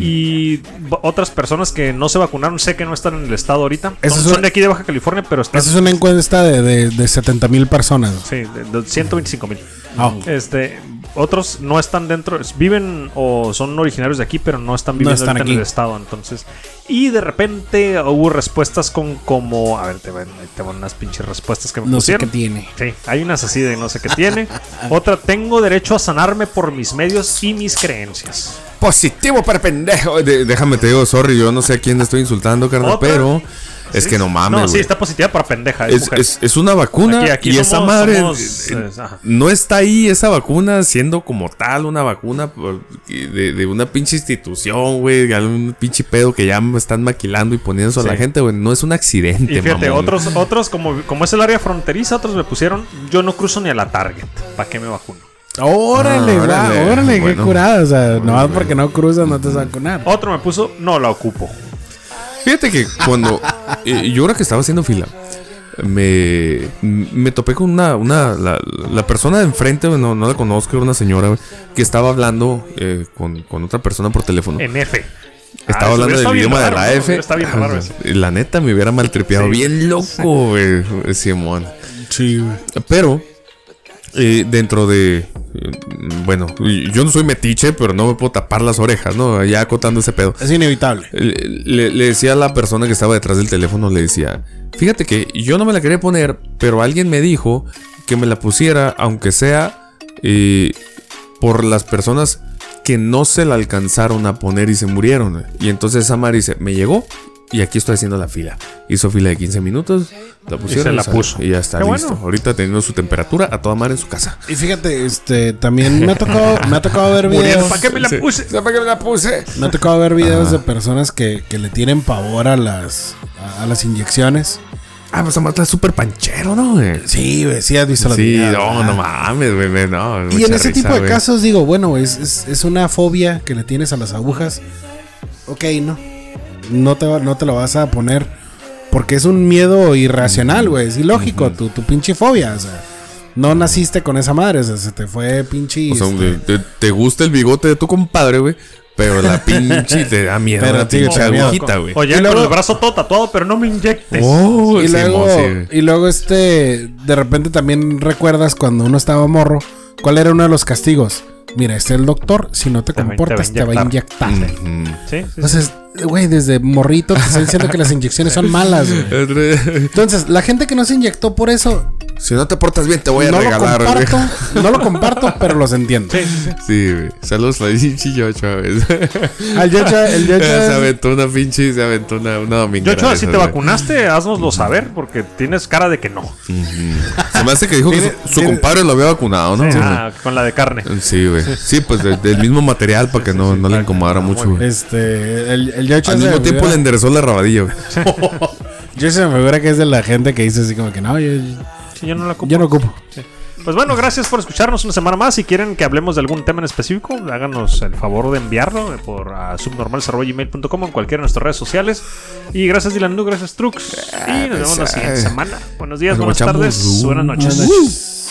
Speaker 2: Y b- otras personas que no se vacunaron, sé que no están en el estado ahorita.
Speaker 4: Eso
Speaker 2: son,
Speaker 4: es un-
Speaker 2: son de aquí de Baja California, pero están.
Speaker 4: Esa es una encuesta de, de, de 70 mil personas.
Speaker 2: Sí, de, de 125 mil.
Speaker 4: Ah,
Speaker 2: Este, otros no están dentro, es- viven o son originarios de aquí, pero no están viviendo
Speaker 4: están
Speaker 2: ahorita en
Speaker 4: aquí.
Speaker 2: el estado, entonces. Y de repente hubo respuestas con como, a ver, te van, te van unas pinches respuestas que me
Speaker 4: no sé
Speaker 2: pusieron.
Speaker 4: qué tiene.
Speaker 2: Sí, hay unas así de no sé qué
Speaker 4: <laughs>
Speaker 2: tiene. Otra, tengo derecho a sanarme por mis medios y mis creencias.
Speaker 5: Positivo para pendejo.
Speaker 3: De- déjame te digo, sorry, yo no sé a quién estoy insultando, carnal,
Speaker 2: ¿Otra?
Speaker 3: pero es
Speaker 2: Sí.
Speaker 3: que no mames.
Speaker 2: No, sí,
Speaker 3: güey.
Speaker 2: está positiva para pendeja. Es,
Speaker 3: es,
Speaker 2: mujer.
Speaker 3: es- es una vacuna
Speaker 2: Aquí- aquí
Speaker 3: y esa
Speaker 2: somos-
Speaker 3: madre
Speaker 2: somos,
Speaker 3: eh,
Speaker 2: eh, ajá.
Speaker 3: no está ahí esa vacuna siendo como tal una vacuna por- de, de una pinche institución, güey, de algún pinche pedo que ya me están maquilando y poniendo eso a la
Speaker 2: Sí.
Speaker 3: gente, güey, no es un accidente,
Speaker 2: Y fíjate,
Speaker 3: mamón.
Speaker 2: otros, otros como, como es el área fronteriza, otros me pusieron, yo no cruzo ni a la Target. ¿Para qué me vacuno?
Speaker 4: Órale,
Speaker 3: Ah,
Speaker 4: va,
Speaker 3: órale.
Speaker 4: órale, qué
Speaker 3: Bueno.
Speaker 4: curada. O sea, nomás porque no cruzas, no te vas a vacunar.
Speaker 2: Otro me puso, no la ocupo.
Speaker 3: Fíjate que cuando eh, yo ahora que estaba haciendo fila me, me topé con una, una la, la persona de enfrente, güey, no, no la conozco, era una señora güey, que estaba hablando eh, con, con otra persona por teléfono.
Speaker 2: En F. Em, Ah,
Speaker 3: Estaba hablando
Speaker 2: eso
Speaker 3: del
Speaker 2: hubiera
Speaker 3: idioma de
Speaker 2: estado bien raro,
Speaker 3: la F.
Speaker 2: ¿no? Está bien raro eso.
Speaker 3: La neta me hubiera maltripeado.
Speaker 2: Sí.
Speaker 3: Bien loco, güey, Simón.
Speaker 4: Sí, güey.
Speaker 3: Pero, eh, dentro de. eh, Bueno, yo no soy metiche, pero no me puedo tapar las orejas, ¿no? Ya acotando ese pedo.
Speaker 4: Es inevitable.
Speaker 3: Le, le- le decía a la persona que estaba detrás del teléfono, le decía, fíjate que yo no me la quería poner, pero alguien me dijo que me la pusiera, aunque sea eh, por las personas que no se la alcanzaron a poner y se murieron. Y entonces esa madre dice, me llegó y aquí estoy haciendo la fila. Hizo fila de 15 minutos, la pusieron
Speaker 2: la
Speaker 3: salió,
Speaker 2: puso.
Speaker 3: Y ya está
Speaker 2: Qué
Speaker 3: listo.
Speaker 2: bueno.
Speaker 3: Ahorita teniendo su temperatura a toda madre en su casa.
Speaker 4: Y fíjate, este, también me ha tocado, me ha tocado ver videos.
Speaker 2: ¿Para qué me la
Speaker 3: Sí.
Speaker 2: puse?
Speaker 5: ¿Sabes que me la puse?
Speaker 4: Me ha tocado ver videos de personas que, que le tienen pavor a las, a, a las inyecciones.
Speaker 3: Ah, pues Marta es súper panchero, ¿no? güey?
Speaker 4: Sí, güey, sí has visto los
Speaker 3: Sí,
Speaker 4: videos,
Speaker 3: no,
Speaker 4: ¿verdad?
Speaker 3: no mames, güey, güey, no.
Speaker 4: Y en
Speaker 3: mucha
Speaker 4: ese
Speaker 3: risa,
Speaker 4: tipo de
Speaker 3: güey.
Speaker 4: casos digo, bueno, güey, es, es, es una fobia que le tienes a las agujas. Ok, no. No te, va- no te lo vas a poner porque es un miedo irracional, güey. Es ilógico, tu, tu pinche fobia. O sea, no naciste con esa madre, o sea, se te fue pinche...
Speaker 3: O sea,
Speaker 4: este,
Speaker 3: güey, te, te gusta el bigote de tu compadre, güey. Pero
Speaker 4: <laughs>
Speaker 3: la pinche te da miedo.
Speaker 4: Pero
Speaker 3: la
Speaker 4: sí,
Speaker 3: pinche
Speaker 4: te da miedo.
Speaker 3: agujita, Ah, güey.
Speaker 2: Oye,
Speaker 4: Y
Speaker 2: con
Speaker 4: luego-
Speaker 2: el brazo todo tatuado, pero no me inyectes.
Speaker 3: Oh,
Speaker 4: y,
Speaker 3: sí,
Speaker 4: luego,
Speaker 3: mo, sí, güey.
Speaker 4: y luego este, de repente también recuerdas cuando uno estaba morro, ¿cuál era uno de los castigos? Mira, este es el doctor, si no te
Speaker 2: Te va- te va a
Speaker 4: comportas te va a inyectar.
Speaker 3: Mm.
Speaker 2: Sí, sí, sí.
Speaker 4: Entonces, güey, desde morrito te están diciendo que las inyecciones son
Speaker 3: <laughs>
Speaker 4: malas, güey. Entonces, la gente que no se inyectó por eso,
Speaker 3: si no te portas bien, te voy a
Speaker 4: no
Speaker 3: regalar,
Speaker 4: lo
Speaker 3: güey.
Speaker 4: comparto, no lo comparto, pero los entiendo.
Speaker 3: <laughs> Sí, güey. Saludos a la pinche Yocho, güey.
Speaker 4: <laughs> Al
Speaker 3: <laughs>
Speaker 4: Yocha, el Yocha
Speaker 3: Se
Speaker 4: es-
Speaker 3: aventó una pinche, se aventó una, una
Speaker 2: Yo,
Speaker 3: dominguera.
Speaker 2: Ochoa,
Speaker 3: de
Speaker 2: si
Speaker 3: esas,
Speaker 2: te
Speaker 3: güey.
Speaker 2: vacunaste, haznoslo saber, porque tienes cara de que no.
Speaker 3: Se me hace que dijo que su, su compadre lo había vacunado, ¿no?
Speaker 2: Ah, con la de carne.
Speaker 3: Sí, güey. Sí, pues de- del mismo material para que no, no le incomodara mucho, güey.
Speaker 4: este, el, el Yocha
Speaker 3: Al
Speaker 4: se
Speaker 3: mismo
Speaker 4: me
Speaker 3: tiempo le
Speaker 4: figura-
Speaker 3: enderezó la rabadilla, güey.
Speaker 4: Yocha se me figura que es de la gente que dice así como que no, yo,
Speaker 2: Sí, yo no la ocupo.
Speaker 4: yo no ocupo.
Speaker 2: Pues bueno, gracias por escucharnos una semana más. Si quieren que hablemos de algún tema en específico, háganos el favor de enviarlo eh, por a subnormal.gmail.com en cualquiera de nuestras redes sociales. Y gracias Dylan Nu, gracias Trux. Y nos vemos la siguiente semana. Buenos días, buenas
Speaker 3: aprovechamos.
Speaker 2: tardes, buenas noches.
Speaker 4: Buenas noches.